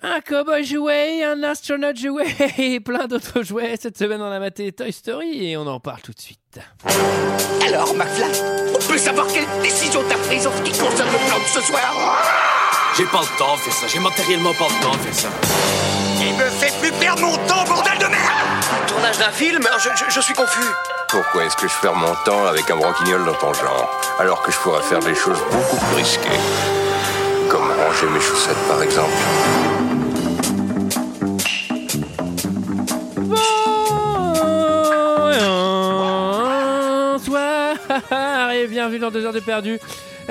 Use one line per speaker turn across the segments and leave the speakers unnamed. Un Ah, cowboy jouet, un astronaute jouet et plein d'autres jouets. Cette semaine, on a maté Toy Story et on en parle tout de suite.
Alors, McFly, on peut savoir quelle décision t'as prise en ce qui concerne le plan de ce soir
J'ai pas le temps de faire ça, j'ai matériellement pas le temps de faire ça.
Il me fait plus perdre mon temps, bordel de merde
Tournage d'un film je, je- je suis confus.
Pourquoi est-ce que je perds mon temps avec un branquignol dans ton genre, alors que je pourrais faire des choses beaucoup plus risquées Comme ranger mes chaussettes, par exemple.
Bonsoir et bienvenue dans 2 heures de perdu.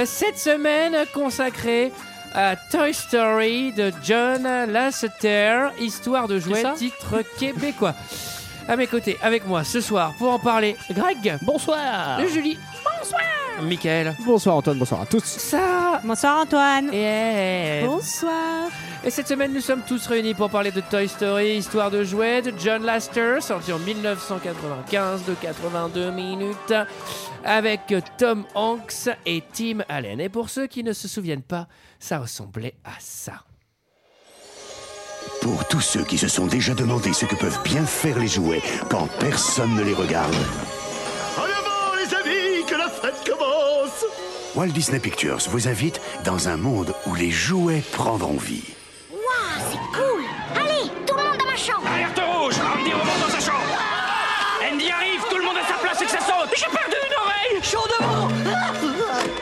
Cette semaine consacrée à Toy Story de John Lasseter, histoire de jouets, titre québécois. À mes côtés, avec moi ce soir pour en parler, Greg. Bonsoir. Julie. Bonsoir. Michael.
Bonsoir Antoine, bonsoir à tous.
Ça.
Bonsoir Antoine.
Et
Oh.
Bonsoir.
Et cette semaine, nous sommes tous réunis pour parler de Toy Story, histoire de jouets de John Lasseter, sorti en 1995 de 82 minutes, avec Tom Hanks et Tim Allen. Et pour ceux qui ne se souviennent pas, ça ressemblait à ça.
Pour tous ceux qui se sont déjà demandé ce que peuvent bien faire les jouets quand personne ne les regarde,
En avant les amis, que la fête commence
Walt Disney Pictures vous invite dans un monde où les jouets prendront vie.
Alerte rouge Andy remonte dans sa chambre Andy arrive, tout le monde à sa place et que ça saute J'ai perdu une oreille Chaud devant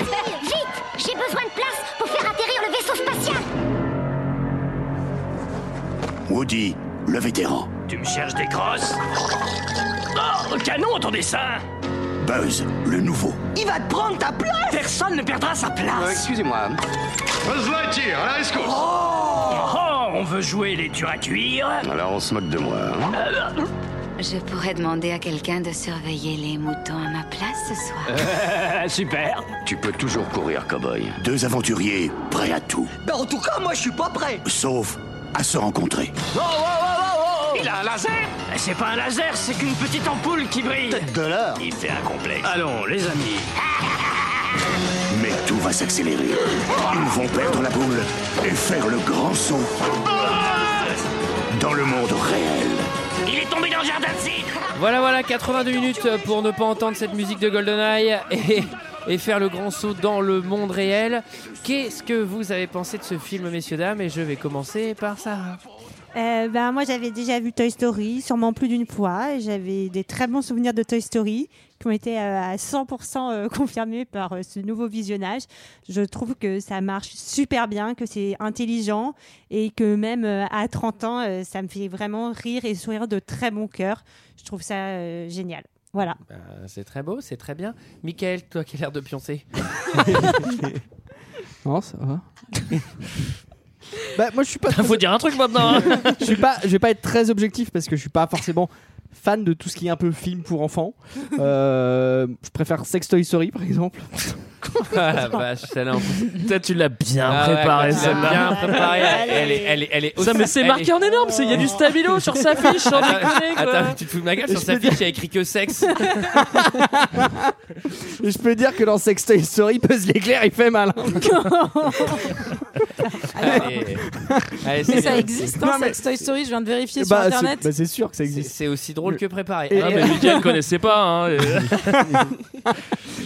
Vite J'ai besoin de place pour faire atterrir le vaisseau spatial
Woody, le vétéran.
Tu me cherches des crosses Oh Canon, entendez ça
Buzz, le nouveau.
Il va te prendre ta place Personne ne perdra sa
Euh,
place.
Excusez-moi.
Buzz Lightyear, à la rescousse
Oh On veut jouer les tueurs à cuire
Alors on se moque de moi. hein
Je pourrais demander à quelqu'un de surveiller les moutons à ma place ce soir.
Ah, Super
tu peux toujours courir, cowboy. Deux aventuriers prêts à tout,
Ben, en tout cas, moi, je suis pas prêt.
sauf à se rencontrer.
Oh, Il a un laser oh. Eh, C'est pas un laser, c'est qu'une petite ampoule qui brille
De l'heure
Il fait un complexe Allons, les amis
Mais tout va s'accélérer. Ils vont perdre la boule et faire le grand saut dans le monde réel.
Il est tombé dans le jardin de cidre
Voilà, voilà, 82 minutes pour ne pas entendre cette musique de GoldenEye et, et faire le grand saut dans le monde réel. Qu'est-ce que vous avez pensé de ce film, messieurs, dames Et je vais commencer par Sarah.
Euh, ben, moi, j'avais déjà vu Toy Story, sûrement plus d'une fois. et J'avais des très bons souvenirs de Toy Story qui ont été euh, à 100% euh, confirmés par euh, ce nouveau visionnage. Je trouve que ça marche super bien, que c'est intelligent et que même euh, à 30 ans, euh, ça me fait vraiment rire et sourire de très bon cœur. Je trouve ça euh, génial. Voilà.
Ben, c'est très beau, c'est très bien. Michael, toi qui as l'air de pioncer. Oh,
Non, ça va. bah moi je suis pas
Faut dire un truc maintenant. hein.
je suis pas je vais pas être très objectif parce que je suis pas forcément fan de tout ce qui est un peu film pour enfants. Euh, je préfère Sex Toy Story par exemple.
Ah la vache, celle-là en
Toi, tu l'as bien
Ah ouais,
préparé,
quand tu l'as
celle-là.
Bien préparé. Elle, elle est, elle est, elle est
Ça,
aussi-
mais c'est
elle
marqué
est-
en énorme. c'est- Il y a du stabilo sur sa fiche, sans
Attends,
déconner, quoi.
Attends, tu te fous de ma gueule sur
Je
sa
peux dire-
fiche, il y a écrit que sexe.
Et je peux dire que dans Sex Toy Story Buzz l'éclair il fait mal. hein.
Allez, Ah, Allez, c'est
Mais ça
bien.
existe, hein, Sex Toy Story, je viens de vérifier sur
Bah, c'est
internet.
bah, c'est sûr que ça
C'est-
existe.
C'est aussi drôle que préparé.
Et-
Ah, mais Mickaël connaissait pas. Hein. euh.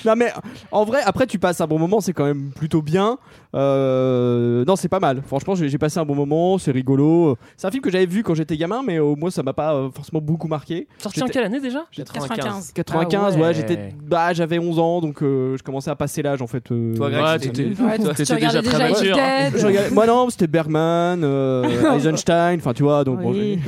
Non mais en vrai, après tu passes un bon moment, c'est quand même plutôt bien. Euh, non, c'est pas mal. Franchement, j'ai j'ai passé un bon moment, c'est rigolo. C'est un film que j'avais vu quand j'étais gamin, mais au moins ça m'a pas euh, forcément beaucoup marqué.
Sorti en
J'étais-
quelle année déjà
95.
95,
Ah ouais.
ouais, j'étais, bah, j'avais 11 ans, donc euh, je commençais à passer l'âge en fait. euh.
Toi, Greg,
Ouais,
c'était-
t'étais
Ouais, tu-
t'étais
tu
déjà
regardais
très
déjà
mature. hein.
Evil
Je
Dead.
regardais- Moi non, c'était Bergman, euh, Eisenstein, enfin tu vois, donc bon,
Oui.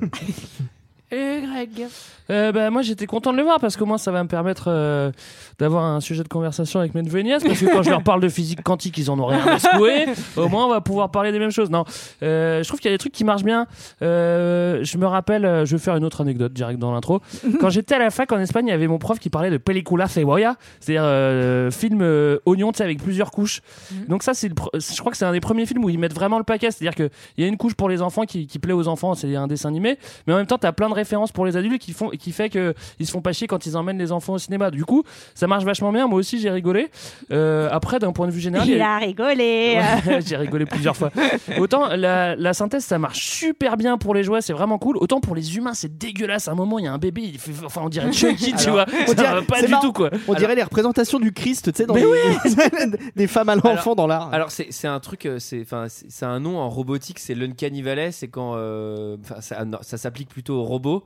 j'ai-
Et Greg.
Euh, bah, moi j'étais content de le voir parce qu'au moins ça va me permettre euh, d'avoir un sujet de conversation avec mes neveux et nièces parce que quand je leur parle de physique quantique ils en ont rien à secouer au moins on va pouvoir parler des mêmes choses non euh, je trouve qu'il y a des trucs qui marchent bien Euh, je me rappelle euh, je vais faire une autre anecdote direct dans l'intro quand j'étais à la fac en Espagne il y avait mon prof qui parlait de película cebolla c'est-à-dire euh, film euh, oignon tu sais, avec plusieurs couches donc ça c'est le pr- je crois que c'est un des premiers films où ils mettent vraiment le paquet c'est-à-dire que il y a une couche pour les enfants qui, qui plaît aux enfants c'est un dessin animé mais en même temps t'as plein de références pour les aux adultes qui font qui fait que ils se font pas chier quand ils emmènent les enfants au cinéma. Du coup, ça marche vachement bien. Moi aussi, j'ai rigolé. Euh, après, d'un point de vue général, il y
Il
a eu-
a rigolé. Euh,
Ouais, J'ai rigolé plusieurs fois. Autant la, la synthèse, ça marche super bien pour les jouets, c'est vraiment cool. Autant pour les humains, c'est dégueulasse. À un moment, il y a un bébé, il fait, enfin, on dirait Chucky, tu
Alors,
vois.
on
Ça
dirait-
va pas
c'est
du
marrant.
tout, quoi.
On
Alors-
dirait les représentations du Christ, tu sais, dans
Mais
les-
des
femmes à l'enfant dans l'art.
Alors c'est c'est un truc, euh, c'est enfin c'est c'est un nom en robotique, c'est l'uncanny valley, c'est quand euh, enfin, ça, ah, non, ça s'applique plutôt aux robots,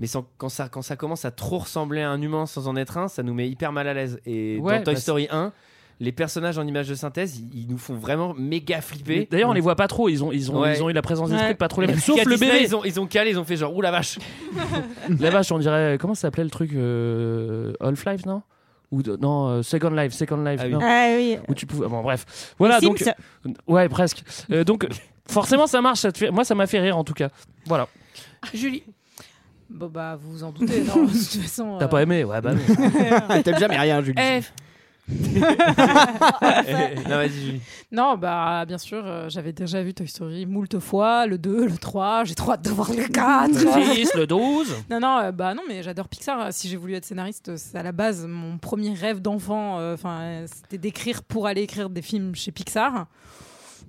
mais sans- quand ça quand ça commence à trop ressembler à un humain sans en être un, ça nous met hyper mal à l'aise. Et
Ouais,
dans Toy
bah,
Story 1, les personnages en images de synthèse, ils, ils nous font vraiment méga
Mais
flipper.
D'ailleurs, on les voit pas trop. Ils ont, ils ont,
Ouais.
ils ont eu la présence d'esprit
Ouais.
de
euh,
pas trop les
Et
mettre. Sauf
qu'à
le
Disney,
bébé.
Ils ont, ils ont calé, ils ont fait genre ouh la vache.
La vache, on dirait. Comment ça s'appelait le truc euh, Half-Life, non ou de- non, euh, Second Life, Second Life.
oui.
non.
Ah oui.
Où tu pouvais. Bon, bref. Voilà,
Les
donc.
Sims.
euh, ouais, presque. Euh, donc, forcément, ça marche. ça te fait- Moi, ça m'a fait rire, en tout cas. Voilà. euh,
Julie. Bon, bah, vous vous en doutez, non De toute façon.
T'as
euh,
pas aimé Ouais, bah. non.
Ah, T'aimes jamais rien, Julie.
Eh,
Eh, non vas-y Julie.
Non, bah, bien sûr, euh, j'avais déjà vu Toy Story moult fois, le 2, le 3, j'ai trop hâte de voir le 4.
Le 10, le 12.
Non, non, euh, bah non, mais j'adore Pixar. Si j'ai voulu être scénariste, euh, c'est à la base mon premier rêve d'enfant. euh, Enfin, euh, c'était d'écrire pour aller écrire des films chez Pixar.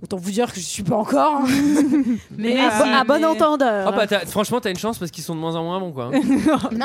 Autant vous dire que je suis pas encore. hein.
Mais
mais
si. À bon entendeur.
Oh, bah, t'as- franchement t'as une chance parce qu'ils sont de moins en moins bons quoi.
Non,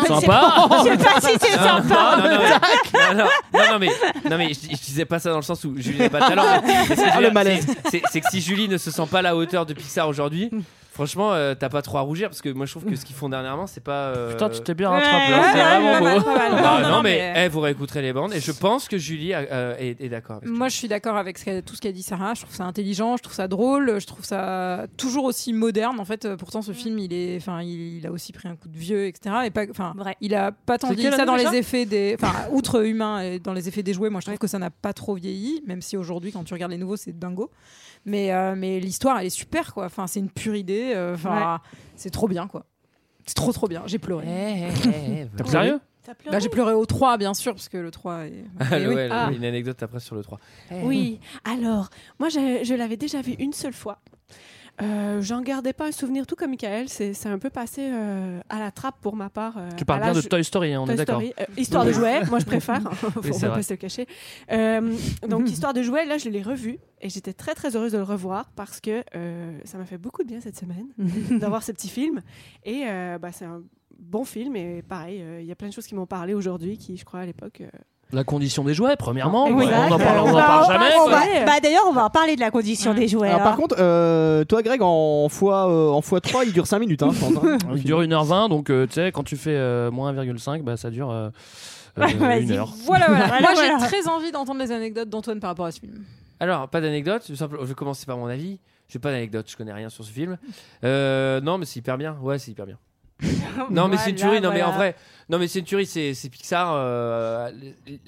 Sympa.
mais c'est- Je sais pas si c'est
Non,
sympa.
Non, non, mais- non, non, non, mais, non, mais je, je disais pas ça dans le sens où Julie n'a pas de talent. mais- mais ce que je veux
Ah, le
dire,
malaise.
c'est- C'est c'est que si Julie ne se sent pas à la hauteur de Pixar aujourd'hui, franchement, euh, t'as pas trop à rougir parce que moi je trouve que ce qu'ils font dernièrement, c'est pas. euh,
Putain, tu t'es bien
Ouais,
rattrapé.
ouais,
hein, c'est
ouais,
vraiment
pas
beau.
mal, pas mal. Non,
Ah,
non, mais, eh, vous réécouterez les bandes et je pense que Julie a- euh, est, est d'accord. avec
Moi, je suis d'accord avec ce qu'a- tout ce qu'a dit Sarah. Je trouve ça intelligent, je trouve ça drôle, je trouve ça toujours aussi moderne. En fait, euh, pourtant,
Mm.
ce film, il est, enfin, il, il a aussi pris un coup de vieux, etc. Et pas, enfin, il a pas tant
C'est
vieilli
quelle
que ça
année
dans
déjà
les effets des, enfin, outre humain et dans les effets des jouets. Moi, je trouve que ça n'a pas trop vieilli, même si aujourd'hui, quand tu regardes les nouveaux, c'est dingo. Mais, euh, mais l'histoire, elle est super, quoi. Enfin, c'est une pure idée. euh, Enfin, c'est trop bien, quoi. C'est trop, trop bien. J'ai pleuré.
T'as sérieux
Bah, j'ai pleuré au 3, bien sûr, parce que le 3 est.
Ah,
Mais
le-
oui.
ouais, le-
Ah.
Une anecdote après sur le 3.
Bah,
Oui, alors, moi je, je l'avais déjà vu une seule fois. Euh, J'en gardais pas un souvenir, tout comme Michael, c'est c'est un peu passé euh, à la trappe pour ma part. euh,
Tu parles
à la
bien de
ju-
Toy Story, hein, on est
Toy
d'accord.
Story, euh, histoire de
Oui.
jouets, moi je préfère, faut
Oui, c'est
pas
vrai.
se le cacher. Euh, donc, histoire de jouets, là je l'ai revu et j'étais très très heureuse de le revoir parce que euh, ça m'a fait beaucoup de bien cette semaine d'avoir ce petit film. Et euh, bah, c'est un bon film et pareil, euh, il y a plein de choses qui m'ont parlé aujourd'hui qui, je crois, à l'époque. euh,
La condition des jouets, premièrement.
Exact.
On en parle, on en
Bah,
parle
on
jamais.
parle-
quoi.
on va- Ouais.
Bah d'ailleurs, on va en parler de la condition des jouets.
Alors, par
hein.
contre, euh, toi, Greg, en fois, euh, en fois 3, il dure 5 minutes, hein, je pense, hein.
Il dure 1h20, donc euh, tu sais, quand tu fais euh, moins 1,5, bah, ça dure euh, euh,
Ouais, vas-y.
une heure.
Voilà, voilà.
Voilà,
Moi,
voilà.
j'ai très envie d'entendre les anecdotes d'Antoine par rapport à ce film.
Alors, pas d'anecdote, tout simple- je vais commencer par mon avis. J'ai pas d'anecdote, je connais rien sur ce film. Euh, non, mais c'est hyper bien. Ouais, c'est hyper bien. non, mais c'est une
Voilà,
tuerie. Non, mais en
voilà.
vrai, non, mais c'est une tuerie. C'est c'est Pixar. euh,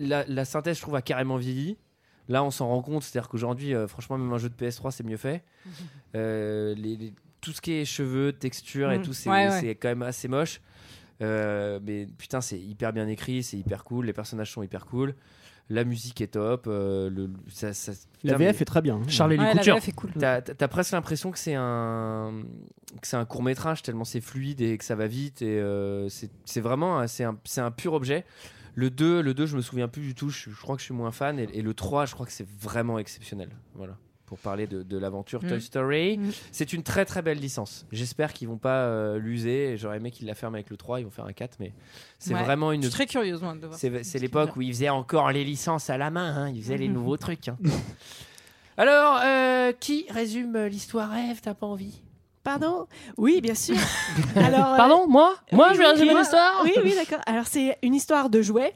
la, la synthèse, je trouve, a carrément vieilli. Là, on s'en rend compte. C'est-à-dire qu'aujourd'hui, euh, franchement, même un jeu de PS3, c'est mieux fait. Euh, les- les- tout ce qui est cheveux, texture et
Mm.
tout, c'est
Ouais, ouais.
c'est quand même assez moche. Euh, mais putain, c'est hyper bien écrit, c'est hyper cool. Les personnages sont hyper cool. La musique est top. euh, le, le- ça- ça-
La
putain,
VF
mais-
est très bien. hein.
Charlie
Ouais, la
Couture.
VF est cool. T'as t'as presque l'impression que c'est un que c'est un court métrage tellement c'est fluide et que ça va vite et euh, c'est c'est vraiment un- c'est un c'est un pur objet. Le 2, le 2, je me souviens plus du tout, je, je crois que je suis moins fan et, et le 3, je crois que c'est vraiment exceptionnel. Voilà. Pour parler de, de l'aventure
Mm.
Toy Story,
Mm.
c'est une très très belle licence. J'espère qu'ils vont pas euh, l'user. J'aurais aimé qu'ils la ferment avec le 3, ils vont faire un 4, mais c'est
Ouais.
vraiment une.
Je suis très curieuse, moi, de voir
C'est c'est l'époque où ils faisaient encore les licences à la main, hein, ils faisaient les nouveaux trucs. hein. Alors, euh, qui résume euh, l'histoire rêve T'as pas envie
Pardon Oui, bien sûr. Alors, euh,
Pardon, moi Moi,
oui,
je vais
oui,
résumer
moi-
l'histoire
Oui, oui, d'accord. Alors, c'est une histoire de jouets.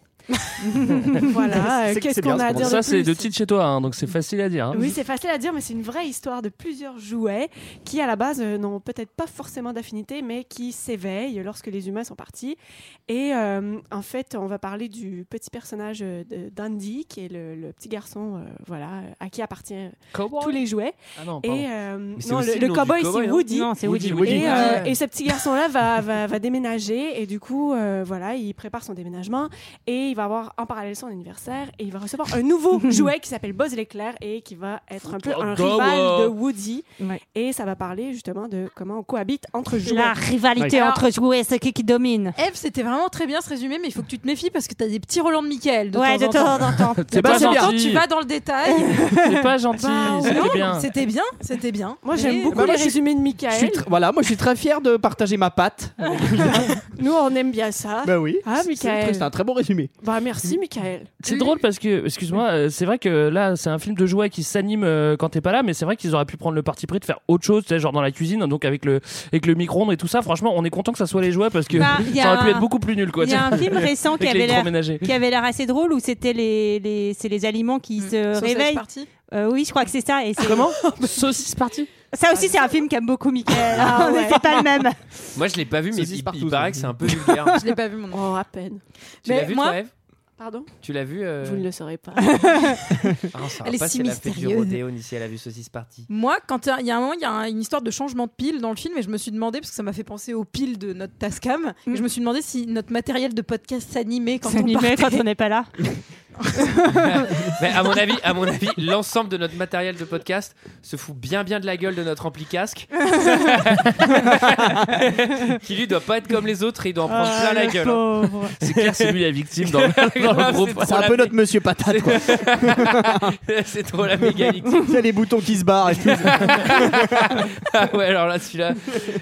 voilà, euh, qu'est-ce qu'on a à dire
Ça,
de
c'est
plus
de titre chez toi, hein, donc c'est facile à dire. hein.
Oui, c'est facile à dire, mais c'est une vraie histoire de plusieurs jouets qui, à la base, euh, n'ont peut-être pas forcément d'affinité, mais qui s'éveillent lorsque les humains sont partis. Et euh, en fait, on va parler du petit personnage euh, de- d'Andy, qui est le, le petit garçon euh, voilà, euh, à qui appartient euh,
Cowboy.
tous les jouets.
Ah non, pardon.
et euh,
Mais c'est
non,
aussi
le,
le
le
nom du
cowboy,
cowboy,
c'est
hein.
Woody.
Non, c'est Woody, Woody.
Et, euh,
Ah ouais.
et ce petit garçon-là va, va, va déménager, et du coup, euh, voilà, il prépare son déménagement, et il va va avoir en parallèle son anniversaire et il va recevoir un nouveau jouet qui s'appelle Buzz l'éclair et qui va être un peu un
D'accord.
rival de Woody. Et ça va parler justement de comment on cohabite entre jouets.
La rivalité
Alors,
entre jouets, c'est qui qui domine
Eve, c'était vraiment très bien ce résumé, mais il faut que tu te méfies parce que t'as des petits relents de Michael. De
Ouais, de
temps en
temps en
temps.
temps.
De
C'est
temps
pas
en temps,
gentil.
tu vas dans le détail.
C'est pas gentil, c'était
Ah, non,
bien.
C'était bien, c'était bien.
Moi, j'aime
Mais-
beaucoup
Bah, moi,
les
je suis-
résumés de
Je suis
Michael.
tr- voilà, moi je suis très fier de partager ma patte.
Nous, on aime bien ça.
bah oui.
Ah,
C'est-
Michael.
C'est un très bon résumé.
Bah, merci, Michael.
C'est drôle parce que, excuse-moi, euh, c'est vrai que là, c'est un film de jouets qui s'anime euh, quand t'es pas là, mais c'est vrai qu'ils auraient pu prendre le parti pris de faire autre chose, tu sais, genre dans la cuisine, donc avec le, avec le micro-ondes et tout ça. Franchement, on est content que ça soit les jouets parce que
Bah, il y a
ça aurait pu
un-
être beaucoup plus nul, quoi.
Il y a un
tu sais.
film récent qui
Avec
avait l'air
l'électroménager.
qui avait l'air assez drôle où c'était les, les c'est les aliments qui se
Hmm. Sausage
réveillent.
Party
Euh, oui, je crois que c'est ça. Et c'est-
Saucisse partie.
Ça aussi, c'est un film qu'aime beaucoup Michael.
Ah
Mais
ouais.
C'est pas le même.
Moi, je l'ai pas vu, mais il, il paraît que c'est un peu vulgaire.
Je l'ai pas vu, mon
Oh, à peine.
tu l'as vu,
moi-
toi, Eve
Pardon
Tu l'as vu euh,
Vous ne le saurez pas.
Ah, on saura
Elle est
pas
si
si elle a fait du
mystérieuse.
rodéo ni si elle a vu Saucisse Party.
Moi, quand euh, il y a un moment, il y a un- une histoire de changement de pile dans le film, et je me suis demandé, parce que ça m'a fait penser aux piles de notre Tascam,
Hmm.
et je me suis demandé si notre matériel de podcast s'animait quand on
S'animait
partait.
quand on n'est pas là.
Mais à mon avis, à mon avis, l'ensemble de notre matériel de podcast se fout bien bien de la gueule de notre ampli casque, qui lui doit pas être comme les autres, et il doit en prendre
Ah,
plein la
le
gueule. hein.
pauvre.
C'est clair, c'est lui la victime dans, le- dans le groupe.
C'est un peu notre monsieur patate quoi.
C'est trop la méga victime.
C'est les boutons qui se barrent et tout.
Ah ouais, alors là, celui-là.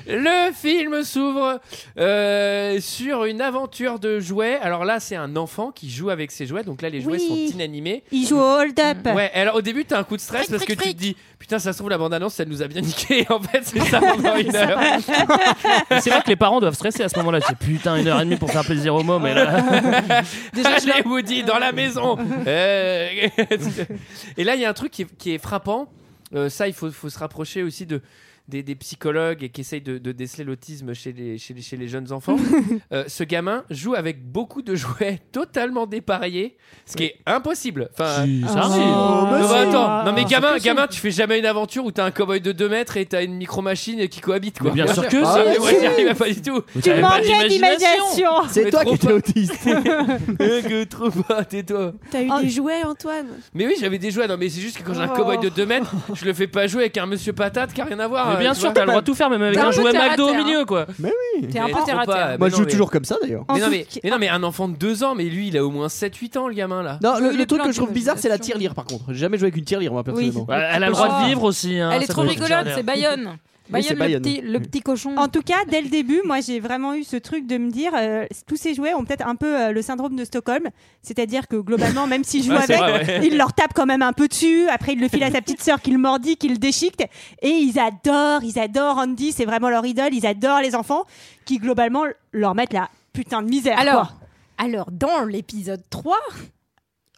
Le film s'ouvre euh, sur une aventure de jouets. Alors là, c'est un enfant qui joue avec ses jouets. Donc là, les jouets
Oui.
sont inanimés.
Il joue au hold-up.
Ouais, alors au début, t'as un coup de stress parce que tu te dis Putain, ça se trouve, la bande-annonce, elle nous a bien niqué. En fait, c'est ça pendant une heure.
Mais C'est vrai que les parents doivent stresser à ce moment-là. C'est putain, une heure et demie pour faire plaisir aux mômes. Et là...
Déjà, les Woody dans la maison. Euh, et là, il y a un truc qui est, qui est frappant. Euh, ça, il faut, faut se rapprocher aussi de des, des psychologues et qui essayent de, de déceler l'autisme chez les, chez, les, chez les jeunes enfants. Euh, ce gamin joue avec beaucoup de jouets totalement dépareillés, ce qui est impossible. Enfin,
Si, ça
Oh,
arrive.
non,
mais
bah,
si.
attends. non mais
C'est
gamin,
possible.
gamin, tu fais jamais une aventure où t'as un cowboy de 2 mètres et t'as une micro-machine qui cohabite. Quoi.
Mais bien sûr que
Ah,
si.
mais moi, j'y arrivais pas du tout.
Vous
J'avais
avez
pas
pas
d'imagination.
Imagination.
C'est
Mais
toi
trop
qui étais
pas.
autiste.
Ah,
Eh, que trop pas, tais-toi.
T'as eu
Ah.
Oh.
des jouets, Antoine
Mais oui, j'avais des jouets. Non, mais c'est juste que quand j'ai un
Oh.
cowboy de 2 mètres, je le fais pas jouer avec un monsieur patate qui a rien à voir. euh,
Mais bien sûr, t'as le droit de tout faire, même avec
T'es un
un
peu
jouet
terre à
McDo au
terre, hein.
milieu, quoi.
Mais oui.
T'es un peu terre à terre.
Moi je joue toujours comme ça d'ailleurs.
Mais non mais, mais non, mais un enfant de 2 ans, mais lui, il a au moins 7-8 ans, le gamin là.
Non, le, le truc que je trouve bizarre, c'est la tirelire par contre. J'ai jamais joué avec une tirelire moi personnellement.
Ouais, Elle a le droit de vivre aussi. hein,
Elle est
ça
trop
doit-
rigolote, c'est Bayonne.
c'est
Bayonne, le
Bayonne.
petit, le petit cochon.
En tout cas, dès le début, moi, j'ai vraiment eu ce truc de me dire, euh, tous ces jouets ont peut-être un peu euh, le syndrome de Stockholm, c'est-à-dire que globalement, même s'ils jouent
Ouais, c'est
avec,
vrai, ouais.
ils leur tapent quand même un peu dessus. Après, ils le filent à sa petite sœur, qu'ils mordit, qu'ils déchiquetent, et ils adorent, ils adorent Andy, c'est vraiment leur idole. Ils adorent les enfants qui globalement leur mettent la putain de misère.
Alors,
quoi.
alors dans l'épisode 3,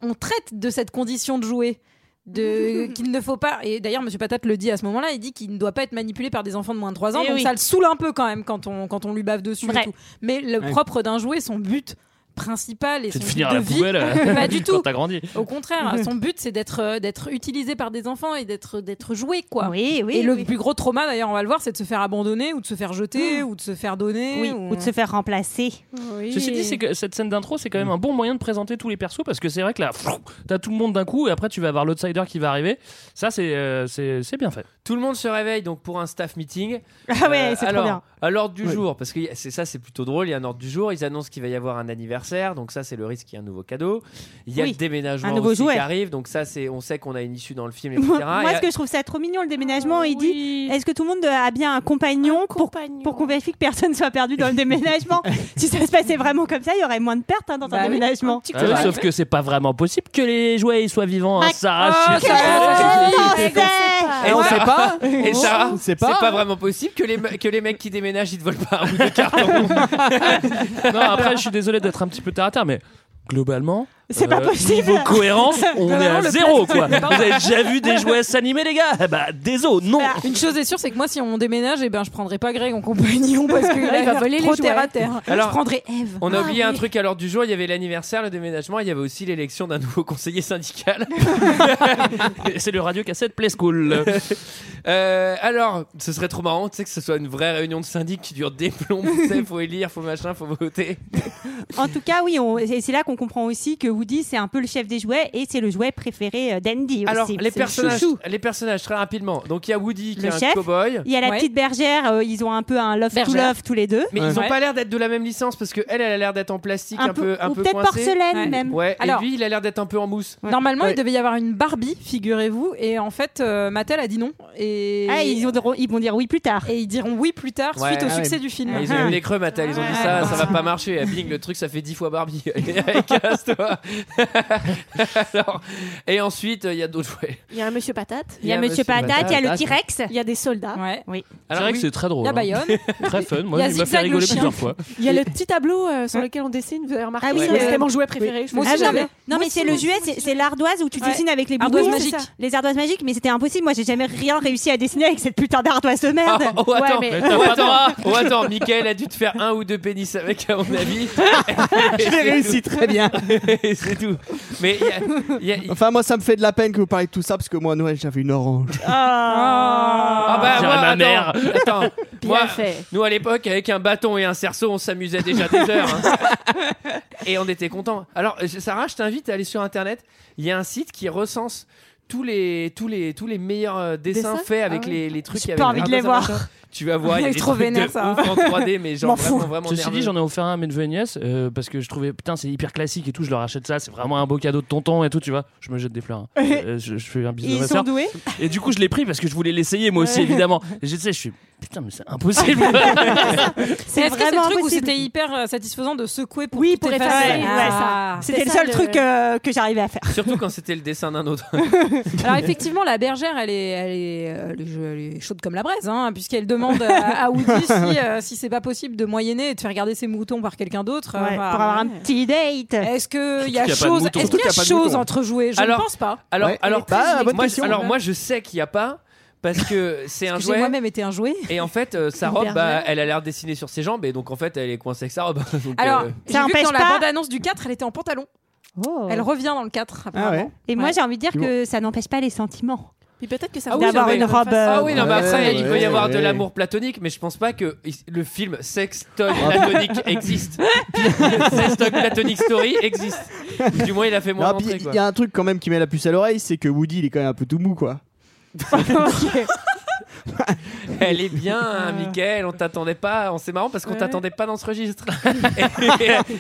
on traite de cette condition de jouer. De, qu'il ne faut pas, et d'ailleurs Monsieur Patate le dit à ce moment-là, il dit qu'il ne doit pas être manipulé par des enfants de moins de 3 ans,
Eh
donc
oui.
ça le saoule un peu quand même quand on, quand on lui bave dessus. et
Vrai.
tout. Mais le
Ouais.
propre d'un jouet, son but principal et
C'est de
son but
finir à
de
la
vie,
poubelle. euh,
pas du
Quand
tout.
t'as grandi.
Au contraire, son but c'est d'être euh, d'être utilisé par des enfants et d'être d'être joué quoi.
Oui, oui,
et le
oui. Ah.
plus gros trauma d'ailleurs, on va le voir, c'est de se faire abandonner ou de se faire jeter ou de se faire donner
oui, ou de se faire remplacer.
Ceci dit, c'est que cette scène d'intro, c'est quand même un bon moyen de présenter tous les persos parce que c'est vrai que là, pfff, t'as tout le monde d'un coup et après tu vas avoir l'outsider qui va arriver. Ça, c'est euh, c'est c'est bien fait.
Tout le monde se réveille donc pour un staff meeting.
Ah ouais,
Euh,
c'est trop
alors,
bien.
À l'ordre du jour, parce que y a- c'est ça, c'est plutôt drôle. Il y a un ordre du jour. Ils annoncent qu'il va y avoir un anniversaire, donc ça, c'est le risque qu'il y ait un nouveau cadeau. Il y a
Oui,
le déménagement
un nouveau
aussi qui
jouet.
arrive, donc ça, c'est on sait qu'on a une issue dans le film, etc.
Moi,
Il y
moi,
a- Ah
ce que je trouve ça trop mignon, le déménagement, il dit est-ce que tout le monde a bien un compagnon, pour- pour, qu'on vérifie que personne soit perdu dans le déménagement Si ça se passait vraiment comme ça, il y aurait moins de pertes hein, dans
Bah
un déménagement.
Ah ouais, sauf que c'est pas vraiment possible que les jouets ils soient vivants. hein,
Ah,
Sarah,
ah,
je suis-
Quel français
Et
on
Sarah-
sait pas.
Et Sarah,
On
c'est
sait
pas.
pas.
vraiment possible que les, me- que les mecs qui déménagent ils te volent pas un bout de carton.
Non, après, je suis désolé d'être un petit peu terre à terre, mais globalement,
C'est
Euh,
pas possible.
Niveau cohérence, on
Non,
est
vraiment,
à
le
zéro quoi.
plastique.
Vous avez déjà vu des jouets s'animer les gars Eh Bah désolé, non.
Ah.
Une chose est sûre, c'est que moi, si on déménage, eh ben, je prendrais pas Greg en compagnon parce qu'il
Ah, il va
va
voler les
trop
jouets.
terre à terre.
Alors,
je prendrais Eve.
On a
Ah,
oublié un truc à l'ordre du jour, il y avait l'anniversaire, le déménagement, il y avait aussi l'élection d'un nouveau conseiller syndical.
C'est le radio cassette Play School.
Euh, alors, ce serait trop marrant, tu sais, que ce soit une vraie réunion de syndic qui dure des plombs, tu sais, faut élire, faut machin, faut voter.
En tout cas, oui, on- et c'est là qu'on comprend aussi que Woody, c'est un peu le chef des jouets et c'est le jouet préféré euh, d'Andy aussi.
Alors,
C'est le
les personnages,
chouchou.
les personnages, très rapidement. Donc, il y a Woody qui
Le
est un
chef,
cowboy.
il y a la petite bergère, euh, ils ont un peu un love to
Bergère.
love tous les deux.
Mais ils ont pas l'air d'être de la même licence parce que elle, elle a l'air d'être en plastique,
Un
un,
peu-
peu, un
ou
peu
peut-être
coincée.
porcelaine
ouais.
même.
Ouais.
Alors-
et lui, il a l'air d'être un peu en mousse.
Normalement,
Ouais.
il devait y avoir une Barbie, figurez-vous, et en fait, euh, Mattel a dit non. Et
Ah, ils, ont- ils vont dire oui plus tard.
Et ils diront oui plus tard
Ouais.
suite au
Ah
succès
ouais.
du film.
Ah, Ils ont eu les creux, Mattel. Ils ont dit ça, ça va pas marcher. Ah, Bing, le truc, ça fait 10 fois Barbie. Allez, Casse-toi. Alors, et ensuite, il y a d'autres jouets.
Il y a un monsieur patate.
Il y a Il y a Monsieur Monsieur Patate, Patate. il y a le
T-Rex.
Il y a des soldats.
Oui.
Alors, c'est vrai que c'est très drôle.
Il
Ah,
y a
bah,
hein.
Bayonne.
Très fun. Moi,
Il y a
il m'a fait
Zigzag le
rigoler
chien.
plusieurs fois.
Il y a le petit tableau euh,
Hein
sur lequel on dessine, vous avez remarqué,
Ah oui,
c'est
le-
c'était mon jouet préféré. je
Ah,
vous le dis.
non, mais, non, mais c'est le jouet, c'est- c'est l'ardoise où tu
Ouais.
dessines avec les
Ardoise
boutons.
magique.
C'est ça. Les ardoises magiques, mais c'était impossible. Moi, j'ai jamais rien réussi à dessiner avec cette putain d'ardoise de merde.
Ah.
Oh, oh, attends,
Ouais, mais-
oh, attends, oh, attends, Michael a dû te faire un ou deux pénis avec, à mon avis.
Je l'ai réussi très bien.
c'est tout. Mais il y a- il y a- il-
Enfin, moi, ça me fait de la peine que vous parlez de tout ça parce que moi, à Noël, j'avais une orange.
Ah bah,
J'irai
moi,
ma
attends,
mère.
attends, moi,
fait.
Nous, à l'époque, avec un bâton et un cerceau, on s'amusait déjà des heures. hein. et on était contents. Alors, euh, Sarah, je t'invite à aller sur Internet. Il y a un site qui recense tous les, tous les, tous les meilleurs euh, dessins
Dessins
faits avec
Ah ouais.
les, les trucs.
J'ai
avec
pas envie
les
de les
ardoises,
voir.
machin. hein. Tu vas voir, il y a
Elle est
des
trop
trucs de
vénère, ça.
ouf en 3D, mais genre
M'en fous.
vraiment, vraiment
Ceci dit,
nerveux.
j'en ai offert un à mes neveux et nièces euh, parce que je trouvais putain, c'est hyper classique et tout. Je leur achète ça, c'est vraiment un beau cadeau de tonton et tout, tu vois. Je me jette des fleurs. hein. Euh, je, je fais un bisou
Ils
à ma
sont
sœur.
doués
Et du coup, je l'ai pris parce que je voulais l'essayer moi aussi,
Ouais.
évidemment. Et je sais, je suis putain, mais c'est impossible.
C'est est-ce que c'est le
vraiment
truc où
impossible.
c'était hyper euh, satisfaisant de secouer pour
Oui,
tout
pour
effacer.
effacer.
Ah.
Ouais, ça. C'était le seul truc euh, que j'arrivais à faire.
Surtout quand c'était le dessin d'un autre.
Alors effectivement, la bergère, elle est, elle est, euh, elle est- elle est chaude comme la braise, hein, puisqu'elle demande à, à Woody si, euh, si c'est pas possible de moyenner et de faire garder ses moutons par quelqu'un d'autre.
Ah,
euh,
Ouais,
bah
enfin,
pour avoir un petit date.
Eh,
Est-ce qu'il y
qu'il y a
a
pas de
chose,
moutons.
est-ce qu'il
Surtout qu'il y
y a
a pas de
chose
moutons.
entre jouets Je ne pense pas.
Alors, alors, bah, moi,
question.
alors moi, je sais qu'il n'y a pas parce que c'est un
Parce que j'ai
jouet.
moi-même été un jouet.
Et en fait, euh, sa
Une
robe, bah,
bergère.
elle a l'air dessinée sur ses jambes, et donc en fait, elle est coincée avec sa robe. Donc,
Alors,
euh,
j'ai vu que
empêche
dans la
pas- Oh.
bande-annonce du 4, elle était en pantalon. Elle revient dans le 4,
Ah
apparemment.
Et moi,
Ouais.
j'ai envie de dire
C'est
que ça n'empêche pas les sentiments.
Puis peut-être que ça
Ah
va
oui, d'avoir
non, mais-
une robe,
Ah
euh,
oui, non, mais après,
Ouais,
il peut
ouais,
y avoir de
ouais.
l'amour platonique, mais je pense pas que is- le film Sextoy platonique existe. Sextoy platonic story existe. Du moins, il a fait moins
Non, puis,
rentrer,
Il
quoi.
y a un truc quand même qui met la puce à l'oreille, c'est que Woody, il est quand même un peu tout mou, quoi.
Elle est bien,
Ah.
hein, Mickaël, on t'attendait pas. On C'est marrant parce qu'on t'attendait pas dans ce registre.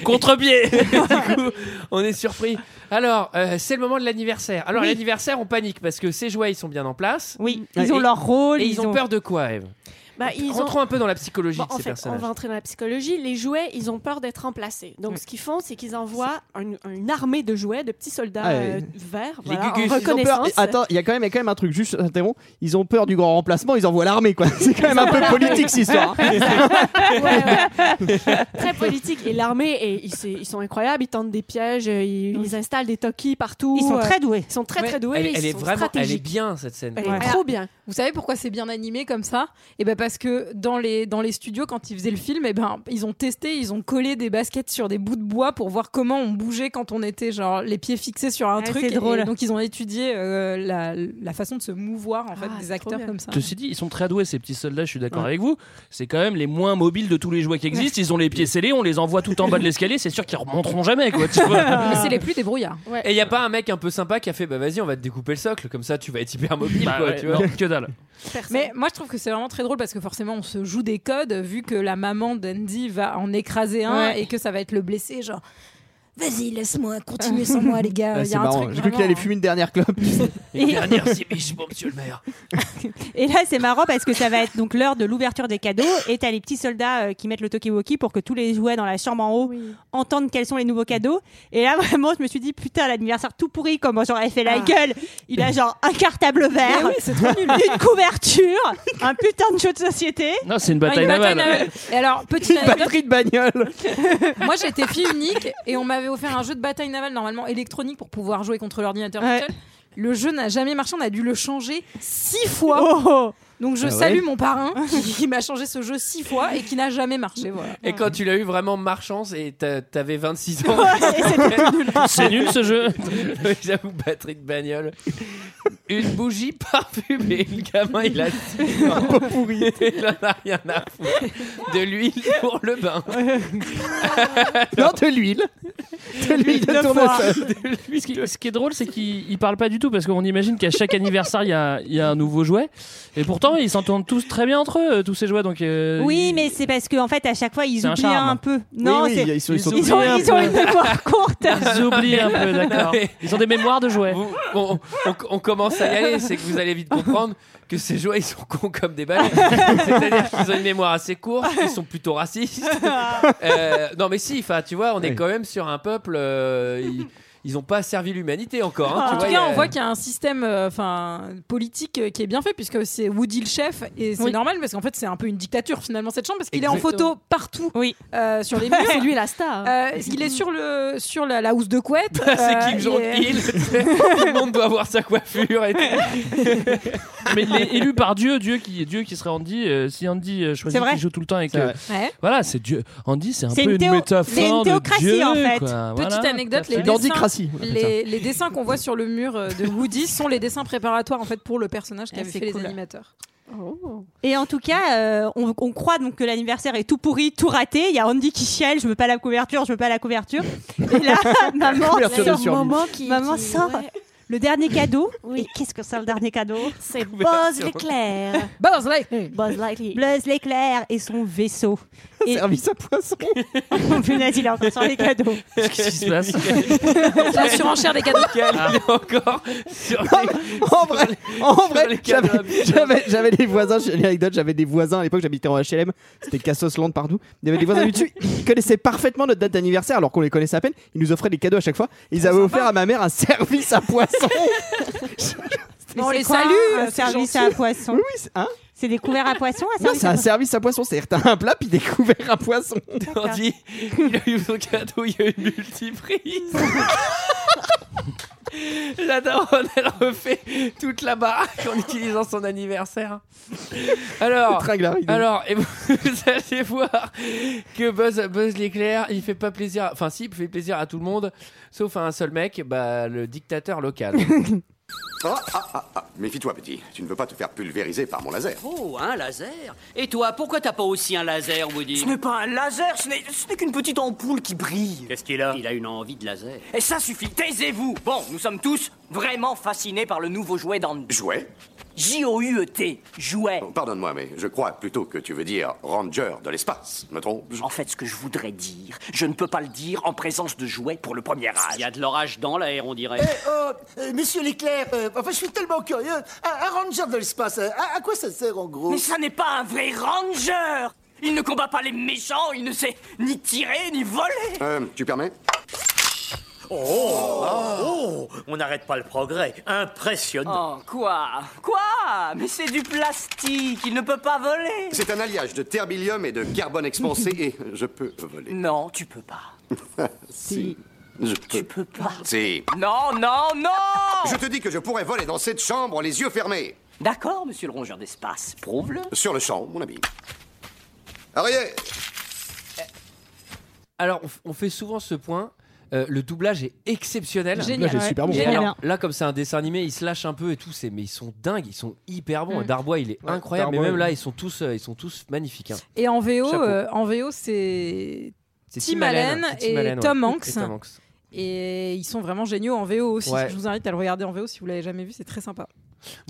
Contre-pied Du coup, on est surpris. Alors, euh, c'est le moment de l'anniversaire. Alors,
Oui.
l'anniversaire, on panique parce que ces jouets, ils sont bien en place.
Oui, ils ont leur rôle,
Et ils,
ils
ont,
ont-
peur de quoi, Eve
Bah, ils ont-
Rentrons un peu dans la psychologie
Bon,
de
en
ces
fait, on
personnages.
va entrer dans la psychologie. Les jouets, ils ont peur d'être remplacés. Donc, ce qu'ils font, c'est qu'ils envoient une, une armée de jouets, de petits soldats
Ah,
euh,
Mm.
oui.
verts,
Les
voilà, en
Gugus, ils ont peur-
reconnaissance.
et- Attends, il y a quand même, il y a quand même un truc, juste, interrompt. Ils ont peur du grand remplacement, ils envoient l'armée, quoi. C'est quand même un peu politique, cette histoire. hein.
Très politique. Et l'armée, et ils, c'est- ils sont incroyables. Ils tentent des pièges, euh, ils, ils installent des talkies partout.
Ils sont
euh,
très doués.
Ils sont très, très doués.
Elle,
ils
elle est
sont
vraiment, elle est
stratégiques.
bien cette scène.
Elle est trop bien.
Vous savez pourquoi c'est bien animé comme ça Et ben parce que dans les dans les studios quand ils faisaient le film, et ben ils ont testé, ils ont collé des baskets sur des bouts de bois pour voir comment on bougeait quand on était genre les pieds fixés sur un
Ah,
truc.
c'est
Et
drôle.
donc ils ont étudié euh, la, la façon de se
Ah,
mouvoir en fait des acteurs comme ça.
Ceci dit, ils sont très doués ces petits soldats, je suis d'accord avec vous. C'est quand même les moins mobiles de tous les jouets qui existent. Ils ont les pieds scellés, on les envoie tout en bas de l'escalier, c'est sûr qu'ils remonteront jamais quoi, tu vois.
Mais c'est les plus débrouillards.
Et il y a pas un mec un peu sympa qui a fait bah vas-y on va te découper le socle comme ça tu vas être hyper mobile
Bah
quoi,
ouais,
tu vois.
non, que dalle.
Mais moi je trouve que c'est vraiment très drôle parce que forcément on se joue des codes vu que la maman d'Andy va en écraser un
Ouais.
et que ça va être le blessé genre vas-y laisse-moi continuer sans moi les gars.
Ah,
Il y
c'est
a un
marrant.
truc
J'ai cru qu'il
vraiment- hein. Ah,
allait fumer une dernière clope.
Une
Et-
dernière zibiche pour monsieur le maire.
Et là, c'est marrant parce que ça va être donc l'heure de l'ouverture des cadeaux et t'as les petits soldats euh, qui mettent le talkie-walkie pour que tous les jouets dans la chambre en haut entendent quels sont les nouveaux cadeaux. Et là, vraiment, je me suis dit, putain, l'anniversaire tout pourri, comment j'aurais fait la
Ah.
gueule. Il a genre un cartable vert, une couverture, un putain de jeu de société.
Non, c'est une bataille
Ah, une bataille
navale.
navale. Et alors, petite
Une
anecdote,
Batterie de bagnole.
moi j'étais fille unique et on m'avait offert un jeu de bataille navale normalement électronique pour pouvoir jouer contre l'ordinateur
Ouais.
tout seul. Le jeu n'a jamais marché, on a dû le changer six fois.
Oh.
Donc je
Ah ouais.
salue mon parrain qui, qui m'a changé ce jeu six fois et qui n'a jamais marché. Voilà.
Et quand tu l'as eu vraiment marchance et t'a- t'avais 26 ans.
Ouais, et c'était nul.
C'est nul, ce jeu.
Oui, J'avoue, batterie de bagnole. Une bougie parfumée. Le gamin, il a. Un
peu pourri.
Il en a rien à foutre. De l'huile pour le bain.
Non, de l'huile. De l'huile de tournesol.
Ce qui, ce qui est drôle, c'est qu'il il parle pas du tout parce qu'on imagine qu'à chaque anniversaire, il y a, il y a un nouveau jouet. Et pourtant, ils s'entendent tous très bien entre eux, euh, tous ces jouets. Donc, euh,
Oui, mais c'est parce qu'en fait, à chaque fois, ils
C'est un
oublient
charme.
un peu.
Oui,
Non,
oui,
c'est-
ils sont- ils sont
ils ont-
oubliés un
ils ont
peu.
une mémoire courte.
Ils oublient un peu, d'accord.
Non, mais-
Ils ont des mémoires de jouets.
on, on- on commence à y aller, c'est que vous allez vite comprendre que ces jouets ils sont cons comme des balles. C'est-à-dire qu'ils ont une mémoire assez courte, ils sont plutôt racistes. Euh, non mais si, enfin tu vois, on est quand même sur un peuple. euh, ils, ils ont pas servi l'humanité
Ah.
encore. hein, tu
en tout
vois,
cas,
il y a-
on voit qu'il y a un système euh, enfin politique euh, qui est bien fait puisque c'est Woody le chef et c'est
Oui.
normal parce qu'en fait c'est un peu une dictature finalement cette chambre parce qu'il est en
Exactement.
photo partout euh, sur les murs.
Ouais. C'est lui la star. hein.
Euh, il est sur le sur la, la housse de couette.
c'est
euh,
Kim
il est-
Jong-il. tout le monde doit avoir sa coiffure et tout.
mais il est élu par Dieu, Dieu qui, Dieu qui serait Andy. euh, si Andy euh,
C'est
choisit
vrai.
qu'il joue tout le temps et que.
vrai. Ouais.
Voilà, c'est Dieu. Andy, c'est un peu
C'est
une,
une théo-
métaphore.
c'est une
de
théocratie,
Dieu,
en fait.
quoi. Voilà,
Petite
tout à
anecdote,
fait.
les dessins, les, les dessins qu'on voit sur le mur euh, de Woody sont les dessins préparatoires en fait pour le personnage
Ah,
qu'avaient
c'est
fait
cool.
les animateurs.
Et en tout cas, euh, on, on croit donc que l'anniversaire est tout pourri, tout raté. Il y a Andy qui chiale, je veux pas la couverture, je veux pas la couverture. Et là, maman,
Couverture de
sort,
survie.
maman, maman sort le dernier cadeau. Et qu'est-ce que c'est le dernier cadeau C'est Buzz
Couverture.
l'éclair.
Buzz Lightyear.
Buzz Lightyear. et son vaisseau. Et...
Service à poisson.
Punaise, il est encore sur les cadeaux.
Qu'est-ce qui se passe
La surenchère des cadeaux.
Il est encore sur les-
En vrai, en vrai
cadres
j'avais- j'avais j'avais des voisins, j'ai une anecdote, j'avais des voisins à l'époque, j'habitais en HLM, c'était Cassosland partout. Il y avait des voisins du dessus, ils connaissaient parfaitement notre date d'anniversaire alors qu'on les connaissait à peine, ils nous offraient des cadeaux à chaque fois. Ils avaient offert à ma mère un service à poisson.
Mais
on
c'est
les
quoi,
salue,
un
euh, service
gentil.
à poisson.
Oui, c'est hein
C'est des couverts à poisson, un
Non,
service
c'est
à
un
poisson.
service à poisson, c'est-à-dire t'as un plat puis des couverts à poisson.
Andy, il a eu son cadeau, il y a eu une multiprise. J'adore, elle refait toute la baraque en utilisant son anniversaire. Alors,
Tringlard, il est-
alors et vous, vous allez voir que Buzz, Buzz l'éclair, il fait pas plaisir, à- enfin si, il fait plaisir à tout le monde, sauf à un seul mec, bah, le dictateur local.
euh,
Ah, ah, ah, ah. Méfie-toi, petit. Tu ne veux pas te faire pulvériser par mon laser.
Oh, un laser Et toi, pourquoi t'as pas aussi un laser, Woody
Ce n'est pas un Ben, laser, ce n'est ce n'est qu'une petite ampoule qui brille.
Qu'est-ce qu'il a Il a une envie de laser.
Et ça suffit, taisez-vous Bon, nous sommes tous vraiment fascinés par le nouveau jouet d'Andy.
Jouet
J-O-U-E-T, jouet.
Oh, Pardonne-moi, mais je crois plutôt que tu veux dire ranger de l'espace, me trompe
En fait, ce que je voudrais dire, je ne peux pas le dire en présence de jouets pour le premier âge.
Il y a de l'orage dans l'air, on dirait.
oh, euh, monsieur l'éclair, euh, enfin, je suis tellement curieux. Un, un ranger de l'espace, euh, à, à quoi ça sert en gros
Mais ça n'est pas un vrai ranger Il ne combat pas les méchants, il ne sait ni tirer, ni voler
Euh, tu permets
Oh, oh, On n'arrête pas le progrès. Impressionnant.
Oh, quoi Quoi Mais c'est du plastique, il ne peut pas voler
C'est un alliage de terbilium et de carbone expansé et je peux voler.
Non, tu peux pas.
si. Je peux.
Euh,
Tu
peux pas.
Si.
Non, non, non
Je te dis que je pourrais voler dans cette chambre les yeux fermés.
D'accord, monsieur le rongeur d'espace, prouve-le.
Sur le champ, mon ami. Arrière
Alors, on, f- on fait souvent ce point. Euh, le doublage est exceptionnel.
Génial. Le doublage est Ouais. super bon. Génial.
Alors, là, comme c'est un dessin animé, ils se lâchent un peu et tout. c'est- Mais ils sont dingues, ils sont hyper bons.
Mm.
Et Darbois, il est
Ouais,
incroyable.
Darbois,
mais même
oui.
là, ils sont tous, euh, ils sont tous magnifiques. hein.
Et en VO,
Chapeau.
euh, en VO, c'est
C'est
Tim
Tim Allen, hein.
Allen
c'est Tim
et
Allen, ouais.
Tom
Et
Hanks.
Tom Hanks.
Et ils sont vraiment géniaux en VO aussi.
Ouais.
Je vous invite à le regarder en VO si vous l'avez jamais vu, c'est très sympa.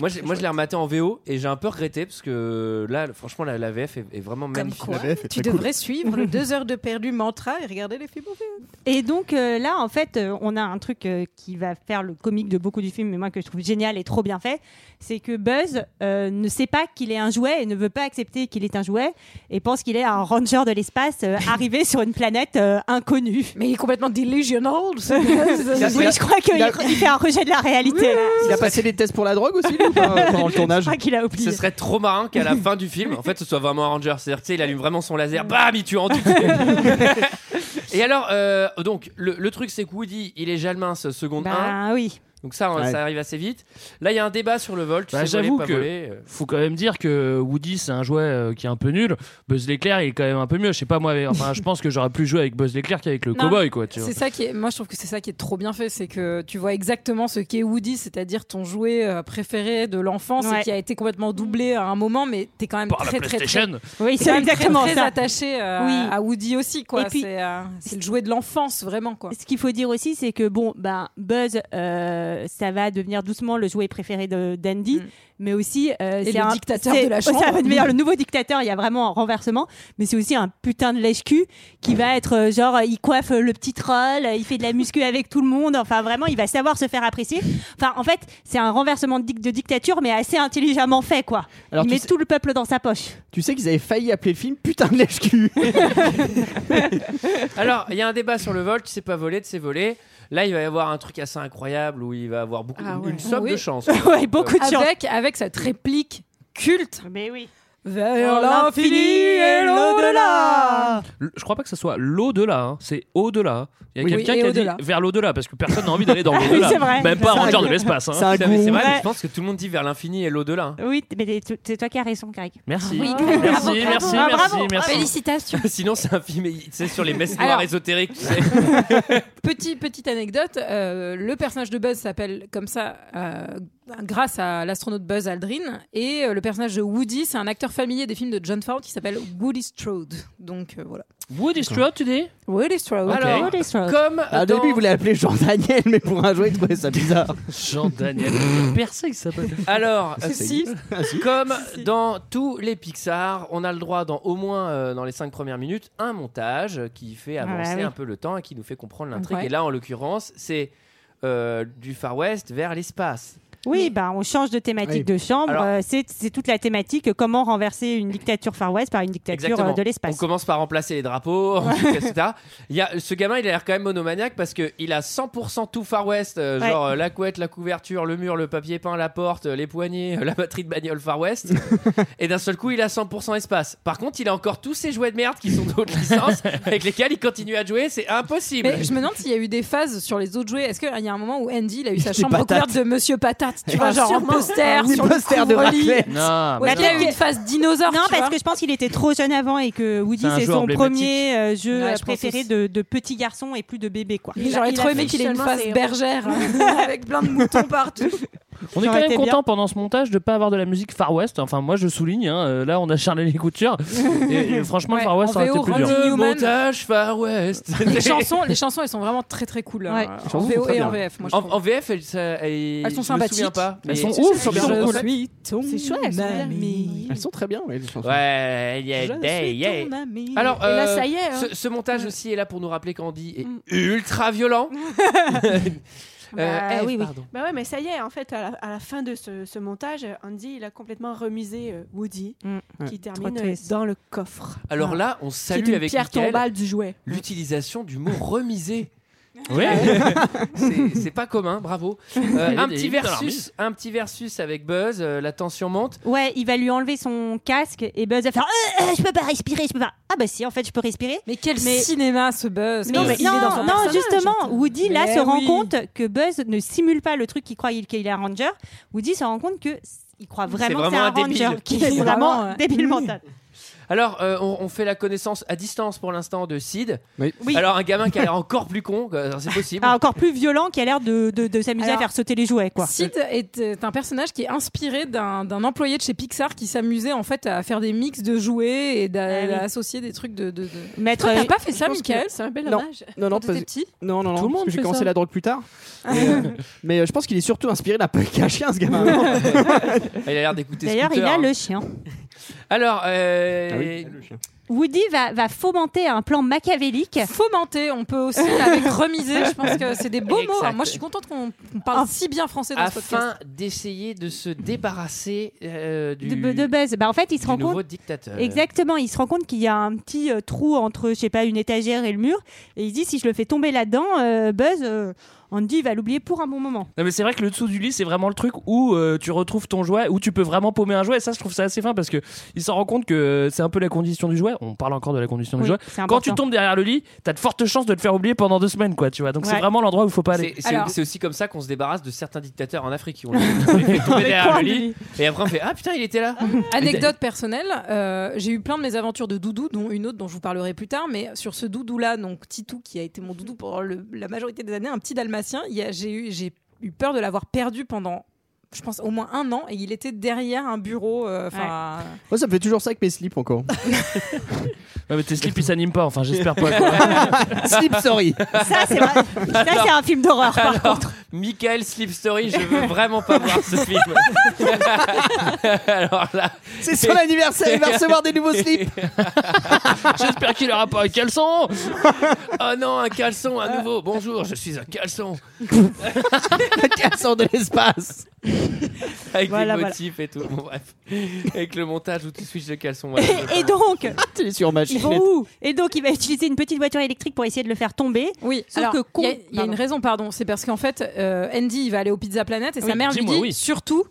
Moi, j'ai- moi je l'ai rematé en VO et j'ai un peu regretté parce que là, franchement, la, la VF est, est vraiment magnifique.
quoi, tu devrais suivre le 2 heures de perdu mantra et regarder les films en VF.
Et donc euh, là, en fait, euh, on a un truc euh, qui va faire le comique de beaucoup du film, mais moi que je trouve génial et trop bien fait, c'est que Buzz euh, ne sait pas qu'il est un jouet et ne veut pas accepter qu'il est un jouet et pense qu'il est un ranger de l'espace euh, arrivé sur une planète euh, inconnue.
Mais il est complètement delusional. oui,
je crois qu'il
Il a-
il fait un rejet de la réalité.
Il a passé des tests pour la drogue aussi, lui, ou pas, euh, pendant le tournage
qu'il a oublié.
Ce serait trop marrant qu'à la fin du film, en fait, ce soit vraiment un ranger. C'est-à-dire, tu sais, il allume vraiment son
Mm.
laser, bam, il tue en tout. et alors, euh, donc, le, le truc, c'est que Woody, il est Jalmin, ce seconde
Bah
1.
oui.
Donc ça, on-
Ouais.
ça arrive assez vite. Là, il y a un débat sur le vol. Tu
Bah,
sais voler,
J'avoue
pas
que
voler. euh.
faut quand même dire que Woody c'est un jouet euh, qui est un peu nul. Buzz l'éclair il est quand même un peu mieux. Je sais pas moi, mais enfin je pense que j'aurais plus joué avec Buzz l'éclair qu'avec le
Non,
cowboy quoi. Tu vois.
C'est ça qui est, moi je trouve que c'est ça qui est trop bien fait, c'est que tu vois exactement ce qu'est Woody, c'est-à-dire ton jouet euh, préféré de l'enfance
Ouais.
et qui a été complètement doublé à un moment, mais t'es quand même
Par la
très, très très
PlayStation.
Oui,
t'es
c'est
quand même
exactement
très, très
ça.
attaché euh,
Oui.
à Woody aussi quoi.
Et puis-
c'est euh, c'est le jouet de l'enfance vraiment quoi.
Ce qu'il faut dire aussi, c'est que bon, ben Buzz, euh, ça va devenir doucement le jouet préféré de d'Andy, mais aussi euh,
Mm. Et
c'est
le
un
dictateur
c'est-
de la
ça
chambre.
va devenir le nouveau dictateur. Il y a vraiment un renversement, mais c'est aussi un putain de lèche cul qui va être euh, genre, euh, il coiffe euh, le petit troll, euh, il fait de la muscu avec tout le monde. Enfin, vraiment, il va savoir se faire apprécier. Enfin, en fait, c'est un renversement de, dic- de dictature, mais assez intelligemment fait, quoi.
Alors,
il
tu
met
sais-
tout le peuple dans sa poche.
Tu sais qu'ils avaient failli appeler le film Putain de lèche-cul
Alors, il y a un débat sur le vol. Tu sais pas voler, tu sais voler. Là, il va y avoir un truc assez incroyable où il va avoir beaucoup,
Ah
une-
ouais.
une somme
Oui.
de Euh, chance.
Avec, avec cette réplique culte.
Mais oui.
Vers l'infini et
Ah
l'au-delà.
Le- Je crois pas que ce soit l'au-delà, hein. c'est au-delà. Il y a
Oui,
quelqu'un
oui, et
qui a dit
au-delà.
vers l'au-delà parce que personne n'a envie d'aller dans
Ah oui,
l'au-delà.
c'est vrai.
Même pas
C'est un
Ranger de
gourou.
l'espace. hein.
C'est un
C'est vrai,
gourou.
c'est vrai,
Ouais.
je pense que tout le monde dit vers l'infini et l'au-delà.
Oui, mais t'es- c'est toi qui as raison, Greg.
Merci.
Oui.
Merci,
Bravo,
merci,
bravo.
merci,
Ah, bravo.
merci.
Félicitations.
hein. Sinon, c'est un film tu sais, sur les messes
Alors-
noires ésotériques. tu sais.
Petit, petite anecdote, euh, le personnage de Buzz s'appelle comme ça euh, grâce à l'astronaute Buzz Aldrin et euh, le personnage de Woody, c'est un acteur familier des films de John Ford qui s'appelle Woody Strode. Donc euh, voilà.
Woody Strode, tu dis
Woody Strode.
Oh,
Alors, Woody
Euh,
Strode. comme dans-
Au début, il voulait appeler Jean Daniel, mais pour un jouet, il trouvait ça bizarre.
Jean Daniel. Personne qui s'appelle.
Alors,
Si,
euh,
si.
comme dans tous les Pixar, on a le droit, dans, au moins euh, dans les cinq premières minutes, un montage euh, qui fait avancer
Ah oui.
un peu le temps et qui nous fait comprendre l'intrigue.
Ouais.
Et là, en l'occurrence, c'est euh, du Far West vers l'espace.
Oui, bah, on change de thématique
Oui.
de chambre.
Alors-
euh, c'est c'est toute la thématique euh, comment renverser une dictature Far West par une dictature euh,
Exactement.
de
On
l'espace.
commence par remplacer les drapeaux, ensuite, etc. Il y a, ce gamin, il a l'air quand même monomaniaque parce qu'il a 100% tout Far West, euh,
Ouais.
genre euh, la couette, la couverture, le mur, le papier peint, la porte, euh, les poignées, euh, la batterie de bagnole Far West. et d'un seul coup, il a 100% espace. Par contre, il a encore tous ces jouets de merde qui sont d'autres licences avec lesquels il continue à jouer. C'est impossible.
Mais je me demande s'il y a eu des phases sur les autres jouets. Est-ce qu'il y a un moment où Andy il a eu sa
Des
chambre
patates.
recouverte de Monsieur Patate Tu vois,
Ah,
genre en
sûrement.
poster,
Des
sur
posters
le
de
couvre-lit.
raclette.
Non,
Ah,
Ouais,
mais
il y a
non.
eu une phase dinosaure.
Non,
tu
parce
vois.
que je pense qu'il était trop jeune avant et que Woody,
C'est un
c'est
jeu
son
emblématique.
premier euh, jeu
Ouais,
euh,
je
préféré
pense aussi.
de, de petit garçon et plus de bébé. quoi.
Mais J'aurais trop aimé qu'il ait une phase bergère avec plein de moutons partout.
On est quand
J'aurais
même
été
content
bien.
pendant ce montage de pas avoir de la musique Far West. Enfin, moi je souligne, hein, euh, là on a charlé les coutures. Et, et franchement,
Ouais,
Far West
en
aurait été
VO,
plus dur.
Randy Newman.
montage Far West.
Les chansons, les chansons, elles sont vraiment très très cool. hein,
Ouais. Les
En
chansons sont
VO
très
et en
bien.
VF. Moi, je
En,
trouve.
en VF, elles, ça- elles-
Elles sont
je me souviens
sympathiques.
pas,
Elles
mais-
sont ouf, elles sont bien
Je
cool.
suis ton
C'est chouette, elles sont bien.
ami.
Elles sont très bien, ouais, les chansons.
Ouais, yeah,
Je
yeah,
suis
yeah.
ton ami.
Alors,
Et là,
euh,
ça y est, hein.
ce, ce montage aussi est là pour nous rappeler qu'Andy est
Mm.
ultra violent. Euh, Eve, pardon.
Bah ouais, mais ça y est, en fait, à la, à la fin de ce, ce montage, Andy, il a complètement remisé euh, Woody,
Mm.
qui
Ouais.
termine
Trop
euh,
triste.
dans le coffre.
Alors là, on
Qui est
salue
une
avec
pierre
Mickaël
tombale du jouet.
l'utilisation du mot remiser.
Oui.
C'est- c'est pas commun, bravo. Euh,
Elle
un
est
petit
limite dans la remise.
versus, un petit versus avec Buzz, euh, la tension monte.
Ouais, il va lui enlever son casque et Buzz va faire Euh, euh, Je peux pas respirer, je peux pas. Ah bah si, en fait, je peux respirer.
Mais quel cinéma ce Buzz
Mais
quoi.
non, non, justement, Woody là
Mais
se rend
oui.
compte que Buzz ne simule pas le truc qu'il croit qu'il est un ranger. Woody se rend compte que il croit
C'est
vraiment,
vraiment
que c'est un,
un débile.
ranger, qui est
C'est
vraiment
vraiment,
un
ouais.
débile
Mmh.
mental.
Alors, euh, on, on fait la connaissance à distance pour l'instant de Sid.
Oui.
Oui.
Alors, un gamin qui a l'air encore plus con, euh, c'est possible.
Ah, encore plus violent qui a l'air de, de- de s'amuser à
Alors,
faire sauter les jouets. Quoi.
Sid est, euh, un personnage qui est inspiré d'un d'un employé de chez Pixar qui s'amusait en fait à faire des mix de jouets et d'a-
Ah oui.
d'associer des trucs de. de, de...
Maître-
Toi, t'as pas fait
Je
ça,
pense que-
Michael C'est un bel
Non.
hommage.
Non, non,
Quand
pas-
t'étais petit
Non, non, non,
Tout le
parce
monde
que j'ai
fait
commencé
ça.
la drogue plus tard. mais, euh, mais, euh, je pense qu'il est surtout inspiré d'un punk à chien, ce gamin.
Il a l'air d'écouter
D'ailleurs, il
Scooter,
a
hein.
le chien.
Alors, euh,
Ah oui, le chien.
Woody va, va fomenter un plan machiavélique.
Fomenter, on peut aussi avec remiser. Je pense que c'est des beaux mots.
Exact.
Alors, moi, je suis contente qu'on qu'on parle si bien français dans ce
afin
podcast.
d'essayer de se débarrasser euh, du,
de, de buzz. Bah, en fait, il se
du
rend
nouveau
compte.
dictateur.
Exactement, il se rend compte qu'il y a un petit euh, trou entre, je sais pas, une étagère et le mur. Et il dit si je le fais tomber là-dedans, euh, Buzz, euh, Andy va l'oublier pour un bon moment.
Non mais c'est vrai que le dessous du lit c'est vraiment le truc où euh, tu retrouves ton jouet, où tu peux vraiment paumer un jouet et ça je trouve ça assez fin parce que il s'en rend compte que euh, c'est un peu la condition du jouet, on parle encore de la condition du
Oui,
jouet,
c'est
quand
important.
tu tombes derrière le lit t'as de fortes chances de te faire oublier pendant deux semaines quoi tu vois, donc c'est
Ouais.
vraiment l'endroit où il faut pas aller.
C'est- C'est c'est aussi comme ça qu'on se débarrasse de certains dictateurs en Afrique. On les, on les fait
Mais
tomber derrière
quoi,
le lit. Et après, on fait Ah putain, il était là.
Anecdote personnelle, euh, j'ai eu plein de mes aventures de doudou, dont une autre dont je vous parlerai plus tard. Mais sur ce doudou-là, donc Titou, qui a été mon doudou pendant le- la majorité des années, un petit dalmatien, il y a- j'ai eu, j'ai eu peur de l'avoir perdu pendant, je pense, au moins un an. Et il était derrière un bureau. euh, Enfin.
Moi, ça me fait toujours ça avec mes slips encore.
Ouais, mais tes slips ils s'animent pas, enfin j'espère pas.
Slip sorry.
Ça, c'est vrai. Ça, c'est un film d'horreur, par
Alors, Michael Sleep Story, je veux vraiment pas voir ce film. Alors là.
C'est son anniversaire, il va recevoir des nouveaux slips.
J'espère qu'il aura pas un caleçon.
oh non, un caleçon à nouveau. Bonjour, je suis un caleçon.
un caleçon de l'espace.
Avec
Voilà, voilà.
des motifs et tout. Bon, bref. Avec le montage où tu switches de caleçon. voilà.
Et, et donc,
Il est sur ma
ils vont
chilette.
où Et donc, il va utiliser une petite voiture électrique pour essayer de le faire tomber.
Oui,
Sauf que con-
il y a- il y, a une
Pardon.
raison, pardon. C'est parce qu'en fait, euh, Andy, il va aller au Pizza Planet et sa
Oui,
mère lui
dis-moi,
dit
oui.
surtout.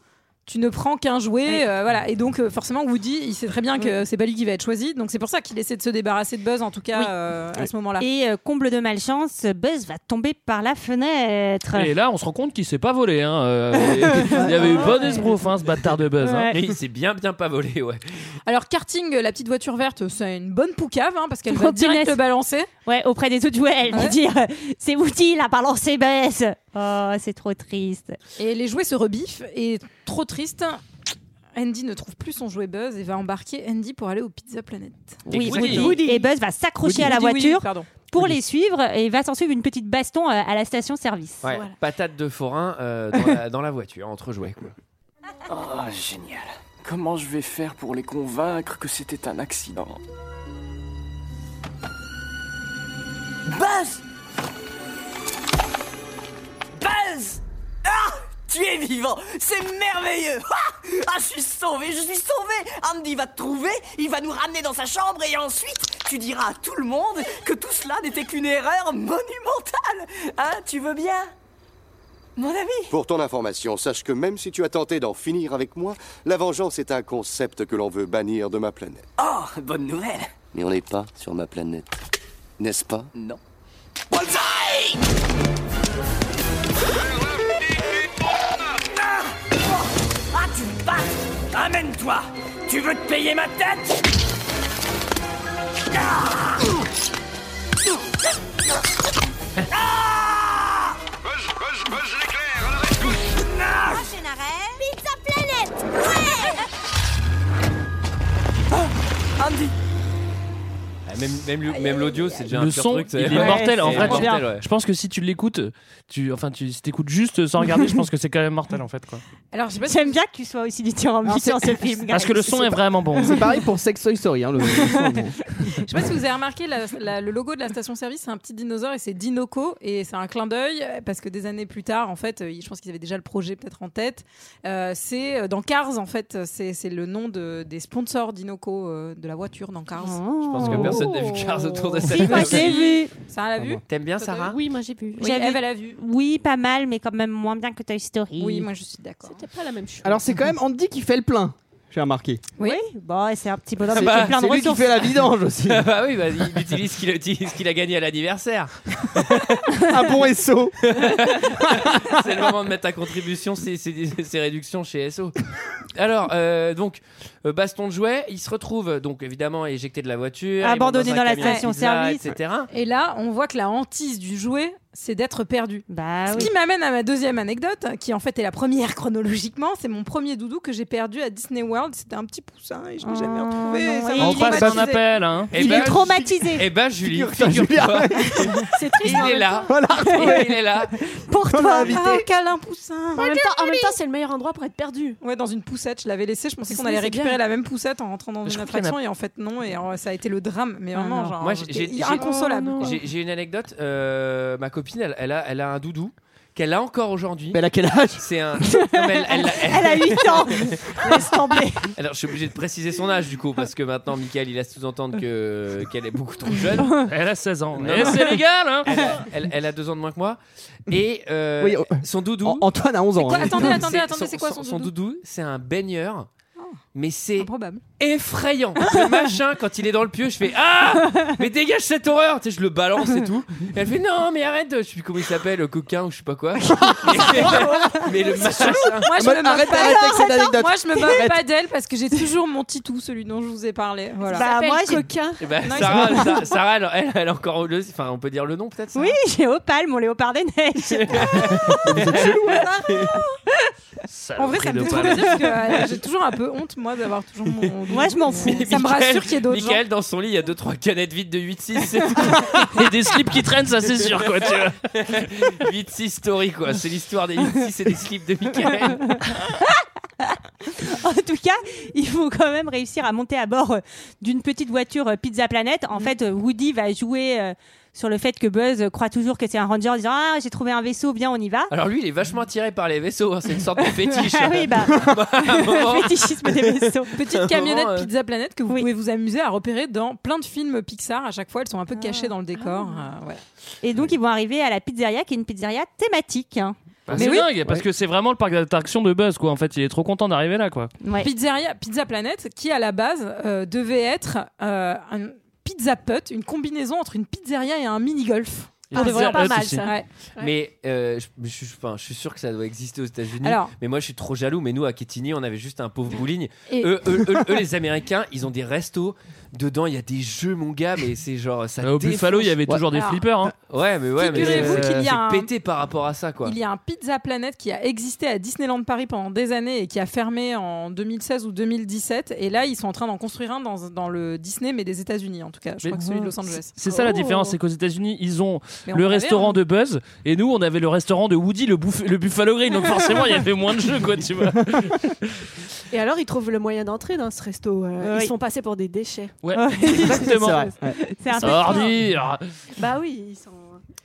Tu ne prends qu'un jouet, euh, voilà. Et donc, euh, forcément, Woody, il sait très bien que c'est pas lui qui va être choisi. Donc, c'est pour ça qu'il essaie de se débarrasser de Buzz, en tout cas, euh, à ce
Ah.
moment-là.
Et euh, comble de malchance, Buzz va tomber par la fenêtre.
Et là on se rend compte qu'il s'est pas volé hein. euh, il y avait eu bonne esbrouffe hein, ce bâtard de buzz. hein.
Et il s'est bien, bien pas volé, ouais.
Alors, karting, euh, la petite voiture verte, c'est une bonne poucave, hein, parce qu'elle
Oh,
va direct
punaise.
le balancer.
Ouais, auprès des autres jouets, elle va
Ouais.
dire euh, c'est Woody, il a balancé Buzz. Oh, c'est trop triste.
Et les jouets se rebiffent, et trop triste, Andy ne trouve plus son jouet Buzz et va embarquer Andy pour aller au Pizza Planet.
Oui, Woody. Et Buzz va s'accrocher
Woody.
à la
Woody, oui,
voiture
pardon.
pour les suivre et va s'en suivre une petite baston euh, à la station-service.
Ouais, Patate de forain euh, dans, la, dans la voiture, entre jouets. Quoi.
Ah, génial. Comment je vais faire pour les convaincre que c'était un accident
Buzz Buzz Ah Tu es vivant C'est merveilleux ah, Ah, je suis sauvé, je suis sauvé Andy va te trouver, il va nous ramener dans sa chambre et ensuite, tu diras à tout le monde que tout cela n'était qu'une erreur monumentale Hein, tu veux bien Mon ami
Pour ton information, sache que même si tu as tenté d'en finir avec moi, la vengeance est un concept que l'on veut bannir de ma planète.
Oh, bonne nouvelle
Mais on n'est pas sur ma planète. N'est-ce pas
Non.
Banzai
Ah, Oh Ah, tu me bats Amène-toi Tu veux te payer ma tête Ah Ah Ah
Prochain arrêt, Pizza Planet
Ah Andy
Ah, Même, même, le- même l'audio, c'est déjà un
le
pur
son,
truc,
il
c'est-
est
Ouais,
mortel. En
c'est
vrai, tu-
mortel, ouais.
je pense que si tu l'écoutes, tu, enfin, tu, si t'écoutes juste sans regarder, je pense que c'est quand même mortel en fait. Quoi.
Alors, je sais pas
J'aime bien que tu sois aussi du tir en
Alors,
sur
c'est-
ce film.
Parce que le son est vraiment bon.
C'est pareil pour Sex Toy Story. hein, le- le son est bon.
Je sais pas si vous avez remarqué, la- la- le logo de la station-service, c'est un petit dinosaure et c'est Dinoco. Et c'est un clin d'œil euh, parce que des années plus tard, en fait, euh, je pense qu'ils avaient déjà le projet peut-être en tête. Euh, c'est euh, dans Cars, en fait, euh, c'est c'est le nom de- des sponsors Dinoco euh, de la voiture dans
Oh.
Cars.
Ah
Je pense que personne n'a vu Cars autour de
Si,
cette
moi,
table.
j'ai vu. Ça, elle a vu
T'aimes bien Sarah
Oui,
moi j'ai vu.
Oui, Eve, elle a vu.
Oui, pas mal, mais quand même moins bien que Toy Story.
Oui, moi je suis d'accord.
C'était pas la même chose.
Alors, c'est quand même Andy qui fait le plein. J'ai remarqué.
Oui,
bon, c'est un petit bonhomme
Ah
qui
bah,
fait plein de
c'est lui qui
ressources.
fait la vidange aussi.
Ah bah oui, bah, il utilise ce qu'il utilise ce qu'il a gagné à l'anniversaire.
Un bon SO.
C'est le moment de mettre ta contribution, ces, ces- ces réductions chez SO. Alors, euh, donc, euh, baston de jouet, il se retrouve donc évidemment éjecté de la voiture,
Abandonné
il monte
dans
un
la
camion
station-service.
pizza, etc.
Et là, on voit que la hantise du jouet, c'est d'être perdu. Ce
Bah Ah oui.
qui m'amène à ma deuxième anecdote, qui en fait est la première chronologiquement. C'est mon premier doudou que j'ai perdu à Disney World. C'était un petit poussin et je l'ai jamais retrouvé.
non,
Ça
et
m'a
il est
traumatisée.
On appelle, hein.
Eh
Il
ben,
est traumatisé.
Eh ben, Julie,
Figure-toi,
figure-toi.
C'est
Il est là.
retrouvé.
Il est là.
Pour
toi,
invité.
ah, câlin poussin.
En même temps, en même temps, c'est le meilleur endroit pour être perdu.
Ouais, dans une poussette, je l'avais laissée. Je pensais qu'on
Disney,
allait
c'est bien.
récupérer la même poussette en rentrant dans
Je crois
une
qu'il y en a-
attraction et en fait non. Et euh, ça a été le drame, mais
Ah,
vraiment,
non.
genre,
Moi, j'ai-
j'étais
j'ai-
inconsolable. quoi.
J'ai j'ai une anecdote. euh, ma copine, elle, elle a, elle a un doudou qu'elle a encore aujourd'hui.
Mais elle a quel âge
C'est un. Non, mais elle, elle-
Elle a 8 ans. Laisse tomber.
Alors, je suis obligé de préciser son âge du coup, parce que maintenant, Michael, il laisse sous-entendre que qu'elle est beaucoup trop jeune.
Elle a 16 ans.
Non,
Et
non.
c'est légal, hein
Elle, a- elle- elle a deux ans de moins que moi. Et euh,
Oui, oh.
son doudou.
An- Antoine a 11 ans. hein.
attendez, attendez, attendez,
son-
c'est quoi son doudou Oh.
c'est un baigneur. Mais c'est
Improbable.
effrayant. Le machin, quand il est dans le pieu, je fais Ah Mais dégage cette horreur Tu sais, je le balance et tout. Et elle fait Non, mais arrête Je sais plus comment il s'appelle, coquin ou je sais pas quoi. mais, mais le machin.
Moi, je
En mode,
me
arrête,
moque pas.
arrête avec cette anecdote.
Moi, je me moque
Arrête.
pas d'elle parce que j'ai toujours mon titou, celui dont je vous ai parlé. Voilà.
Bah,
Appelle
moi, j'ai-
coquin.
Eh ben,
Non, il
Sarah, Sa- Sarah, elle, elle, elle a encore le, enfin, on peut dire le nom peut-être. Sarah
Oui, j'ai Opal, mon léopard des neiges.
hein.
En vrai, ça me fait trop plaisir parce que euh, j'ai toujours un peu honte, moi, d'avoir toujours mon.
Moi, je m'en fous.
Ça me
Michael-
rassure qu'il y ait d'autres gens.
Michael, dans son lit, il y a 2-3 canettes vides de 8-6. c'est tout.
Et des slips qui traînent, ça c'est sûr, quoi, tu vois.
8-6 story, quoi. C'est l'histoire des 8-6 et des slips de Michael.
En tout cas, il faut quand même réussir à monter à bord euh, d'une petite voiture euh, Pizza Planet.
Mm.
En fait, euh, Woody va jouer euh, sur le fait que Buzz euh, croit toujours que c'est un ranger en disant Ah, j'ai trouvé un vaisseau, viens, on y va.
Alors lui, il est vachement attiré par les vaisseaux. hein. C'est une sorte de Ah, fétiche.
Ah oui, bah,
À un moment,
le fétichisme des vaisseaux.
Petite
À un
camionnette
moment, euh,
Pizza Planet que vous pouvez vous amuser à repérer dans plein de films Pixar. À chaque fois, elles sont un peu cachées dans le décor. euh, ouais.
Et donc, ils vont arriver à la pizzeria qui est une pizzeria thématique. hein.
Bah,
Mais
c'est
oui.
dingue, parce que c'est vraiment le parc d'attractions de Buzz, quoi. En fait, il est trop content d'arriver là, quoi.
Ouais.
Pizzeria, Pizza Planet, qui à la base euh, devait être euh, un pizza putt, une combinaison entre une pizzeria et un mini-golf.
Il y a plusieurs
pas
Buzz
mal,
ici.
ça.
Ouais.
Mais euh, je, je suis- enfin, je suis sûr que ça doit exister aux
Mmh.
États-Unis.
Alors-
Mais moi, je suis trop jaloux. Mais nous, à Quetigny, on avait juste un pauvre bowling.
Et-
Eux, eux, eux- eux, les Américains, ils ont des restos. Dedans, il y a des jeux, mon gars. Mais c'est genre. Ça
Au Buffalo, il y avait
défonce.
toujours des
Alors,
flippers, hein.
Ouais, mais ouais, mais
Figurez-vous
c'est-
qu'il y a
c'est
un-
pété par rapport à ça, quoi.
Il y a un Pizza Planet qui a existé à Disneyland Paris pendant des années et qui a fermé en 2016 ou 2017. Et là, ils sont en train d'en construire un dans, dans le Disney, mais des États-Unis en tout cas. Je
Mais-
crois que celui de Los Angeles.
C'est ça la
Oh.
différence, c'est qu'aux États-Unis, ils ont
Mais on
le
avait,
restaurant
hein.
de Buzz et nous, on avait le restaurant de Woody, le, bouff- le Buffalo Grill. Donc forcément, il y avait moins de jeux, quoi, tu vois.
Et alors, ils trouvent le moyen d'entrer dans ce resto. euh,
Oui.
Ils sont passés pour des déchets.
Ouais,
C'est
exactement.
vrai, ouais.
C'est un peu.
Ordure.
Bah oui, ils sont.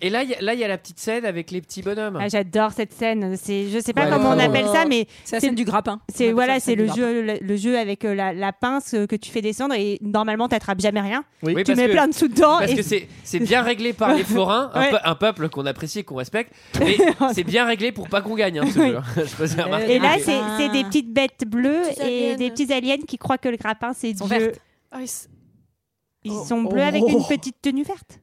Et là, il y a- là, il y a la petite scène avec les petits bonhommes.
Ah, J'adore cette scène. C'est, je sais pas
Ouais,
comment on
vraiment.
appelle ça, mais
hein. C'est la scène du grappin. On
c'est
appelle ça
voilà, c'est
scène
le
du grappin.
jeu, le, le jeu avec euh, la, la pince euh, que tu fais descendre et normalement t'attrapes jamais rien.
Oui,
tu
parce
mets
que-
plein de sous dedans
Parce
et
que c'est c'est bien réglé par les forains, un,
Ouais.
peu- un peuple qu'on apprécie et qu'on respecte, mais c'est bien réglé pour pas qu'on gagne. hein, ce
Oui.
jeu. Je faisais remarquer.
Et là,
Mais-
c'est c'est des petites bêtes bleues
Petits
et
aliens.
des petits aliens qui croient que le grappin, c'est
sont
Dieu.
vertes.
Ah, ils s-
Ils
Oh.
sont bleus avec
Oh.
une petite tenue verte.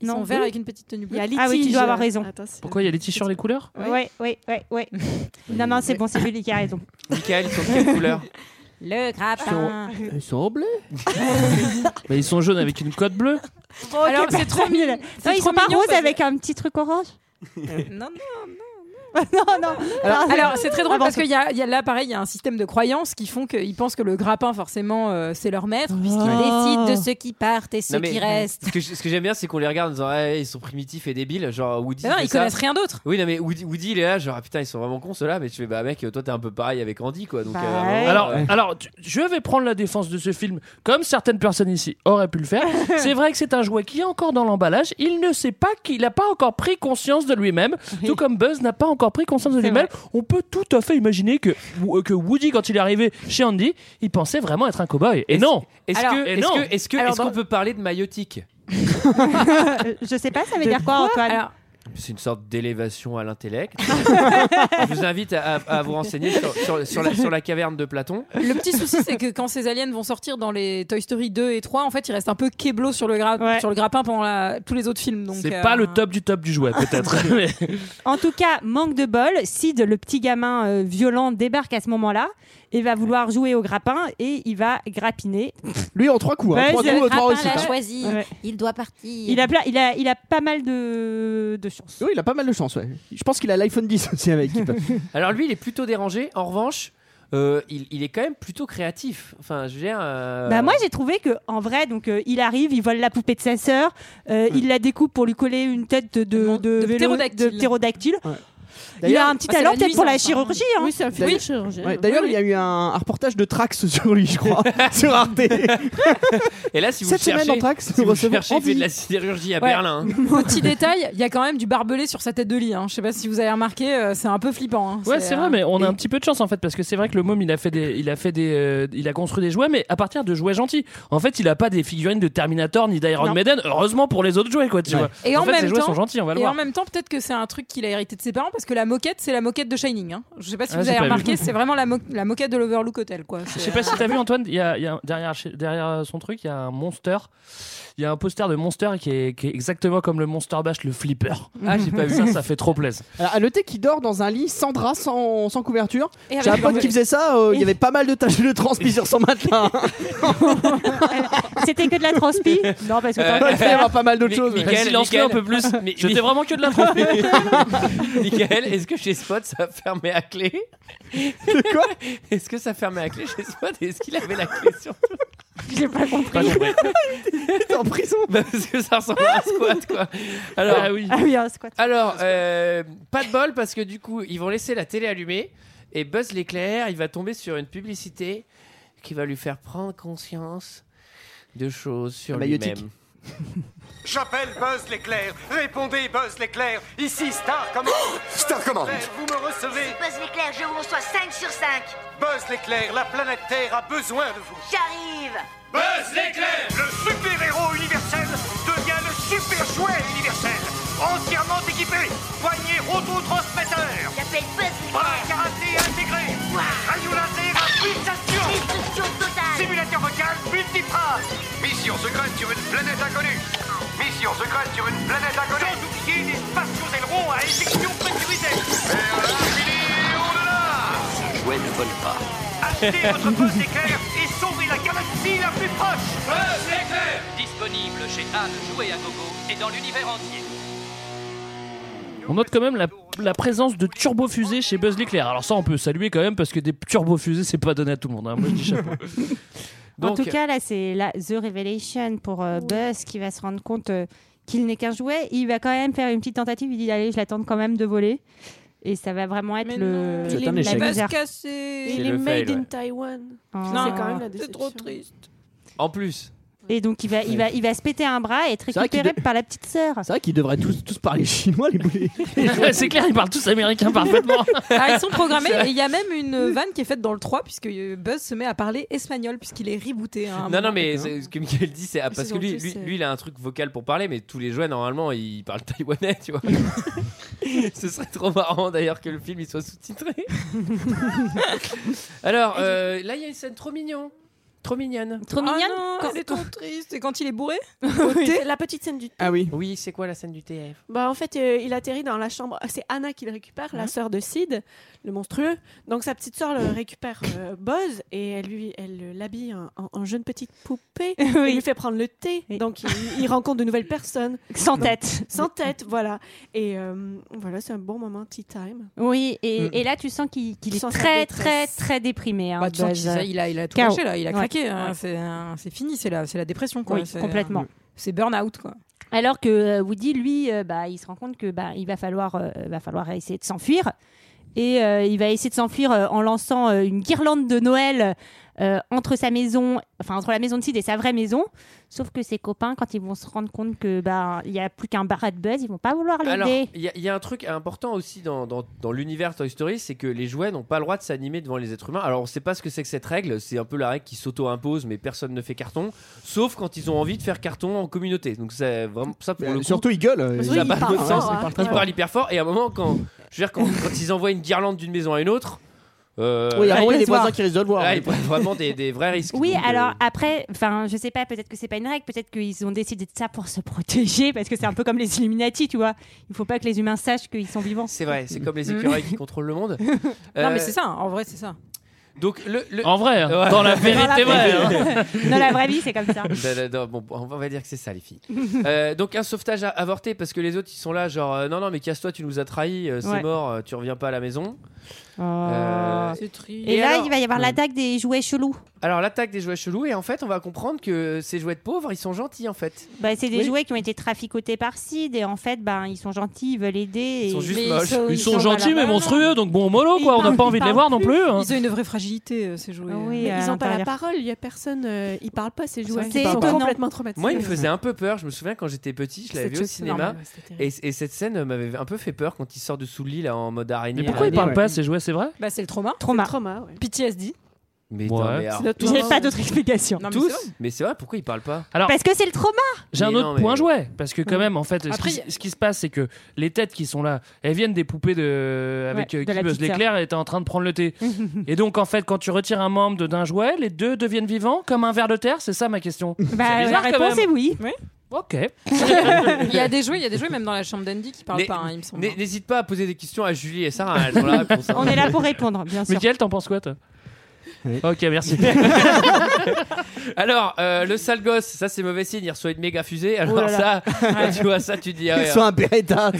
Ils sont
Non,
verts
oui.
avec une petite tenue
Il y
bleue.
a litige.
Ah oui, tu dois avoir raison.
Attends, c'est-
Pourquoi il y a les t-shirts, les couleurs
Ah
Ouais.
Ouais, ouais, ouais, ouais. non, non, c'est bon, c'est Julie qui a raison.
Michael, ils sont de quelle couleur
Le
Ah bah.
grappin.
Ils sont bleus.
Mais ils sont jaunes avec une cote bleue.
Alors, c'est trop mignon.
Non,
C'est
bah, ils
trop
sont pas
mignon
roses
parce que-
avec un petit truc orange.
Non, non.
non, non.
Ah,
Alors,
Alors c'est très drôle
Avance.
parce qu'il y a, il y a là pareil, il y a un système de croyances qui font qu'ils pensent que le grappin forcément euh, c'est leur maître
Oh.
puisqu'il décide de ceux qui partent et ceux
Non, mais-
qui restent.
Ce que, je- ce que j'aime bien, c'est qu'on les regarde en disant Ouais, ils sont primitifs et débiles. Genre Woody.
Mais Ben non,
fait
ils
ça.
connaissent rien d'autre.
Oui, non, mais Woody, Woody, il est là, genre Ah, putain, ils sont vraiment cons ceux-là. Mais tu fais bah mec, toi t'es un peu pareil avec Andy quoi. Donc,
Bah,
à un moment,
ouais.
Alors,
euh,
alors tu- je vais prendre la défense de ce film comme certaines personnes ici auraient pu le faire. C'est vrai que c'est un jouet qui est encore dans l'emballage. Il ne sait pas qu'il n'a pas encore pris conscience de lui-même, tout comme Buzz n'a pas encore pris conscience de
C'est
lui-même. On peut tout à fait imaginer que, ou- que Woody, quand il est arrivé chez Andy, il pensait vraiment être un cowboy. Et
Est-ce-
non
est-ce
alors-
que-
Et
est-ce
non.
que- est-ce que-
Alors,
est-ce qu'on
dans-
peut parler de maïotique
euh, je sais pas, ça veut dire quoi, Antoine
Alors
C'est une sorte d'élévation à l'intellect. je vous invite à, à- à vous renseigner sur, sur- sur la, sur la caverne de Platon.
le petit souci c'est que quand ces aliens vont sortir dans les Toy Story 2 et 3, en fait, ils restent un peu keblo sur le gra-
Ouais.
sur le grappin pendant la- tous les autres films donc
C'est
euh,
pas Ah, le top du top du jouet, peut-être. Mais-
En tout cas, manque de bol, Sid, le petit gamin euh, violent, débarque à ce moment-là et va vouloir jouer au grappin et il va grappiner.
Lui en trois coups, hein.
Ouais,
trois
c'est
coups,
le grappin,
trois réussites,
l'a
hein.
choisi.
Ouais.
Il doit partir. Il a, pla- il a, il a pas mal de, de chance.
Oui, il a pas mal de chance, ouais. Je pense qu'il a l'iPhone 10 aussi avec. il peut-
Alors lui, il est plutôt dérangé. En revanche, euh, il, il est quand même plutôt créatif. Enfin, je veux dire. euh,
Bah moi j'ai trouvé que en vrai donc euh, il arrive, il vole la poupée de sa sœur, euh,
Hmm.
il la découpe pour lui coller une tête de de, de vélo-
ptérodactyle.
de ptérodactyle. Il
D'ailleurs-
a un petit
Ah, c'est
talent
la
peut-être pour la
nuisance, hein.
chirurgie. hein.
Oui, c'est un
D'ailleurs- Ouais, D'ailleurs, il y a eu un, un reportage de Trax sur lui, je crois, sur Arte.
Et là, si vous
Cette
le cherchez,
semaine en Trax,
si
nous
vous le
recevons
cherchez, il fait
Andy.
de la sidérurgie à
Ouais.
Berlin. hein.
Petit détail, il y a quand même du barbelé sur sa tête de lit. Hein. Je sais pas si vous avez remarqué, euh, c'est un peu flippant. hein.
Ouais, c'est
euh,
vrai, mais on a un petit peu de chance en fait, parce que c'est vrai que le môme il a fait des, il a fait des, euh, il a construit des jouets, mais à partir de jouets gentils. En fait, il a pas des figurines de Terminator ni d'Iron
Non.
Maiden. Heureusement pour les autres jouets, quoi, tu vois.
Et en,
fait,
même
ces jouets
temps,
sont gentils, on va le
et
voir.
en même temps, peut-être que c'est un truc qu'il a hérité de ses parents parce que la moquette, c'est la moquette de Shining. Hein. Je sais pas si
Ah,
vous
j'ai
avez
pas vu.
remarqué, c'est vraiment la, mo- la moquette de l'Overlook Hotel. Quoi. euh,
Je sais pas si t'as vu Antoine, il y a, il y a- derrière, chez- derrière son truc, il y a un monster. Il y a un poster de monster qui est, qui est exactement comme le Monster Bash, le flipper.
Ah, j'ai pas vu.
ça, ça fait trop plaisir.
Alors, à noter qu'il dort dans un lit sans drap, sans, sans couverture.
Et
Ah,
avec
J'ai un
du
pote
bordel.
qui faisait ça, euh, il y avait pas mal de taches de transpi sur son matelas. hein.
C'était que de la transpi Non parce que
Euh,
t'as-
il va y avoir pas mal d'autres choses.
Michael,
Silence-le
Michael.
un peu plus.
Mais-
J'étais vraiment que de la
Michael, est-ce que chez Spot ça fermait à clé
quoi
Est-ce que ça fermait à clé chez Spot et Est-ce qu'il avait la clé surtout
J'ai pas compris.
Pas compris.
T'es en prison
Bah, Parce que ça ressemble à un squat quoi. Alors,
Ah oui.
Ah oui, un squat.
Alors, euh, pas de bol parce que du coup, ils vont laisser la télé allumée et Buzz l'éclair, il va tomber sur une publicité qui va lui faire prendre conscience de choses sur
Maïotique.
lui-même.
J'appelle Buzz l'éclair. Répondez Buzz l'éclair. Ici Star Command.
Star Command.
Vous me recevez.
Buzz l'éclair, je vous reçois 5 sur 5.
Buzz l'éclair, la planète Terre a besoin de vous.
J'arrive.
Buzz l'éclair Le super-héros universel devient le super jouet universel. Entièrement équipé. Poignée roto-transmetteur.
J'appelle Buzz
Bras
l'éclair.
karaté intégré. Radio laser à pulsation.
Destruction totale.
Simulateur vocal multiphrase. Mission secrète sur une planète inconnue. Mission secrète sur une planète inconnue. Sans oublier les spatiaux ailerons à éjection pressurisée. Vers l'infini et au-delà.
Ces jouets ne volent pas.
Achetez votre poste éclair et sauvez la galaxie la plus proche. Poste éclair.
Disponible chez Anne Jouer à Gogo et dans l'univers entier.
On note quand même la, la présence de turbofusées chez Buzz l'éclair. Alors ça, on peut saluer quand même parce que des turbofusées, c'est pas donné à tout le monde. hein. Moi, je dis chapeau.
en tout cas, là, c'est la The Revelation pour euh, Buzz qui va se rendre compte euh, qu'il n'est qu'un jouet. Il va quand même faire une petite tentative. Il dit Allez, je l'attends quand même de voler. Et ça va vraiment être le.
C'est
la
un échec.
misère.
Et il
le
est made
fail,
in
ouais.
Taiwan.
Ah.
C'est quand même la
C'est
déception.
trop triste.
En plus,
Et donc, il va, il, va, il va se péter un bras et être
C'est vrai qu'il
récupéré
de-
par la petite sœur.
C'est vrai qu'ils devraient tous, tous parler chinois, les boulets.
c'est clair, ils parlent tous américain parfaitement.
Ah, ils sont programmés et il y a même une vanne qui est faite dans le 3 puisque euh, Buzz se met à parler espagnol puisqu'il est rebooté. hein, à un
non, non,
moment.
mais c'est- ce que Michael dit, c'est ah, parce que
Saison
lui,
deux,
lui,
c'est-
lui, il a un truc vocal pour parler, mais tous les jouets, normalement, ils parlent taïwanais, tu vois. ce serait trop marrant d'ailleurs que le film il soit sous-titré. Alors, euh, là, il y a une scène trop mignon. Trop mignonne.
Trop
Ah
mignonne
non,
Quand-
elle est trop triste. Et quand il est bourré
C'est la petite scène du
Ah oui.
Oui, c'est quoi la scène du TF
Bah en fait, euh, il atterrit dans la chambre. C'est Anna qui le récupère, la sœur de Sid, le monstrueux. Donc sa petite sœur le récupère euh, Buzz et elle lui, elle euh, l'habille en, en- en jeune petite poupée. Elle lui fait prendre le thé. Donc il, il rencontre de nouvelles personnes.
Sans
Donc,
tête.
Sans tête, voilà. Et euh, voilà, c'est un bon moment tea time.
Oui, et,
Mm.
et là, tu sens qu'il qu'il
Tu
est
sens sa
très,
détresse.
très, très déprimé. hein,
Bah, tu sens
Buzz.
qu'il a- il a, il a tout
K.O.
lâché là, il a
Ouais.
craqué. hein.
Ouais.
C'est un- C'est fini, c'est la, c'est la dépression quoi.
Oui,
C'est- euh,
complètement.
C'est burn-out quoi.
Alors que euh, Woody, lui, euh, bah, il se rend compte que bah, il va falloir, euh, va falloir essayer de s'enfuir. Et euh, il va essayer de s'enfuir euh, en lançant euh, une guirlande de Noël euh, entre sa maison, enfin entre la maison de Sid et sa vraie maison. Sauf que ses copains, quand ils vont se rendre compte que bah il y a plus qu'un bar à de buzz, ils vont pas vouloir
Alors,
l'aider.
il y, a- il y a un truc important aussi dans, dans- dans l'univers Toy Story, c'est que les jouets n'ont pas le droit de s'animer devant les êtres humains. Alors, on sait pas ce que c'est que cette règle, c'est un peu la règle qui s'auto-impose, mais personne ne fait carton, sauf quand ils ont envie de faire carton en communauté. Donc, c'est vraiment ça pour
Euh,
le coup,
surtout, ils gueulent. euh,
ça
ils-
n'a pas
parlent
de
fort,
sens.
hein. Ils parlent très
Ils
fort.
parlent hyper fort, et à un moment, quand, je veux dire, quand, quand ils envoient une guirlande d'une maison à une autre. euh,
Oui, à un moment, il y a
là,
des voisins qui risquent de le voir. hein.
ils prennent vraiment des, des vrais risques.
Oui,
Donc, euh,
alors après, enfin, je sais pas, peut-être que c'est pas une règle, peut-être qu'ils ont décidé de ça pour se protéger, parce que c'est un peu comme les Illuminati, tu vois. Il faut pas que les humains sachent qu'ils sont vivants.
C'est vrai, c'est comme les écureuils qui contrôlent le monde.
Non
Euh,
mais c'est ça, en hein. vrai c'est ça.
Donc le, le-
En vrai, hein. Dans la vérité vraie, hein.
Dans la vraie vie, c'est comme ça.
Da- da- da- Ben, bon, on va- on va dire que c'est ça, les filles. Euh, donc un sauvetage a- avorté parce que les autres ils sont là, genre euh, non, non, mais casse-toi, tu nous as trahis, euh, c'est
Ouais. Oh.
mort, euh, tu reviens pas à la maison. Euh,
C'est Et, là,
alors-
il va y avoir
Ouais.
l'attaque des jouets chelous.
Alors l'attaque des jouets chelous et en fait on va comprendre que ces jouets de pauvres ils sont gentils en fait.
Bah, c'est des
Oui.
jouets qui ont été traficotés par Sid et en fait, ben, ils sont gentils, ils veulent aider.
Ils sont
et-
juste
Mais
moches. Ils sont
voilà.
gentils mais monstrueux, donc bon, mollo quoi. On n'a pas envie de les voir non hein. plus. hein.
Ils ont une vraie fragilité, euh, ces jouets.
Mais ils n'ont pas la
l'intérieur.
parole, il y a personne, euh, ils parlent pas ces joueurs,
vrai
ils
qu'ils
sont
parlent pas.
complètement traumatisés.
Moi, il me faisait un peu peur. Je me souviens quand j'étais petit, je l'avais
Cette
vu au
chose, c'est
cinéma.
normal, ouais, c'était
et, et cette scène euh, m'avait un peu fait peur quand il sort de sous le lit là en mode araignée.
Mais pourquoi ils
araignée,
parlent pas
ouais.
ces jouets, c'est vrai
Bah, c'est le trauma.
Trauma.
Trauma, ouais.
PTSD.
Mais attends,
Ouais.
mais alors-
notre trauma. J'ai pas d'autre explication. Non, mais
Tous
c'est
Mais c'est vrai, pourquoi ils parlent pas
Alors,
Parce que c'est le trauma.
J'ai un
Mais
autre
non, mais-
point jouet, parce que quand même, en fait, ce qui-
Après,
ce, qui, se passe, c'est que les têtes qui sont là, elles viennent des poupées de avec
Ouais,
euh,
de la
qui buzz
petite sœur.
l'éclair, elle était en train de prendre le thé. et donc, en fait, quand tu retires un membre de- d'un jouet, les deux deviennent vivants, comme un verre de terre. C'est ça ma question.
Bah,
C'est
la
bizarre, quand
réponse
même.
est oui.
Ok.
il y a des jouets, il y a des jouets même dans la chambre d'Andy qui parlent
N'hé-
pas, hein, il me semble.
n'hé- N'hésite pas à poser des questions à Julie et Sarah. Elles ont la réponse. hein.
On est là pour répondre, bien sûr.
Mickaël, t'en penses quoi, toi Ok, merci.
Alors, euh, le sale gosse, ça c'est mauvais signe, il reçoit une méga fusée. Alors,
Oh là
ça,
là.
quand tu vois ça, tu te dis. ah ouais,
Soit un Beretta.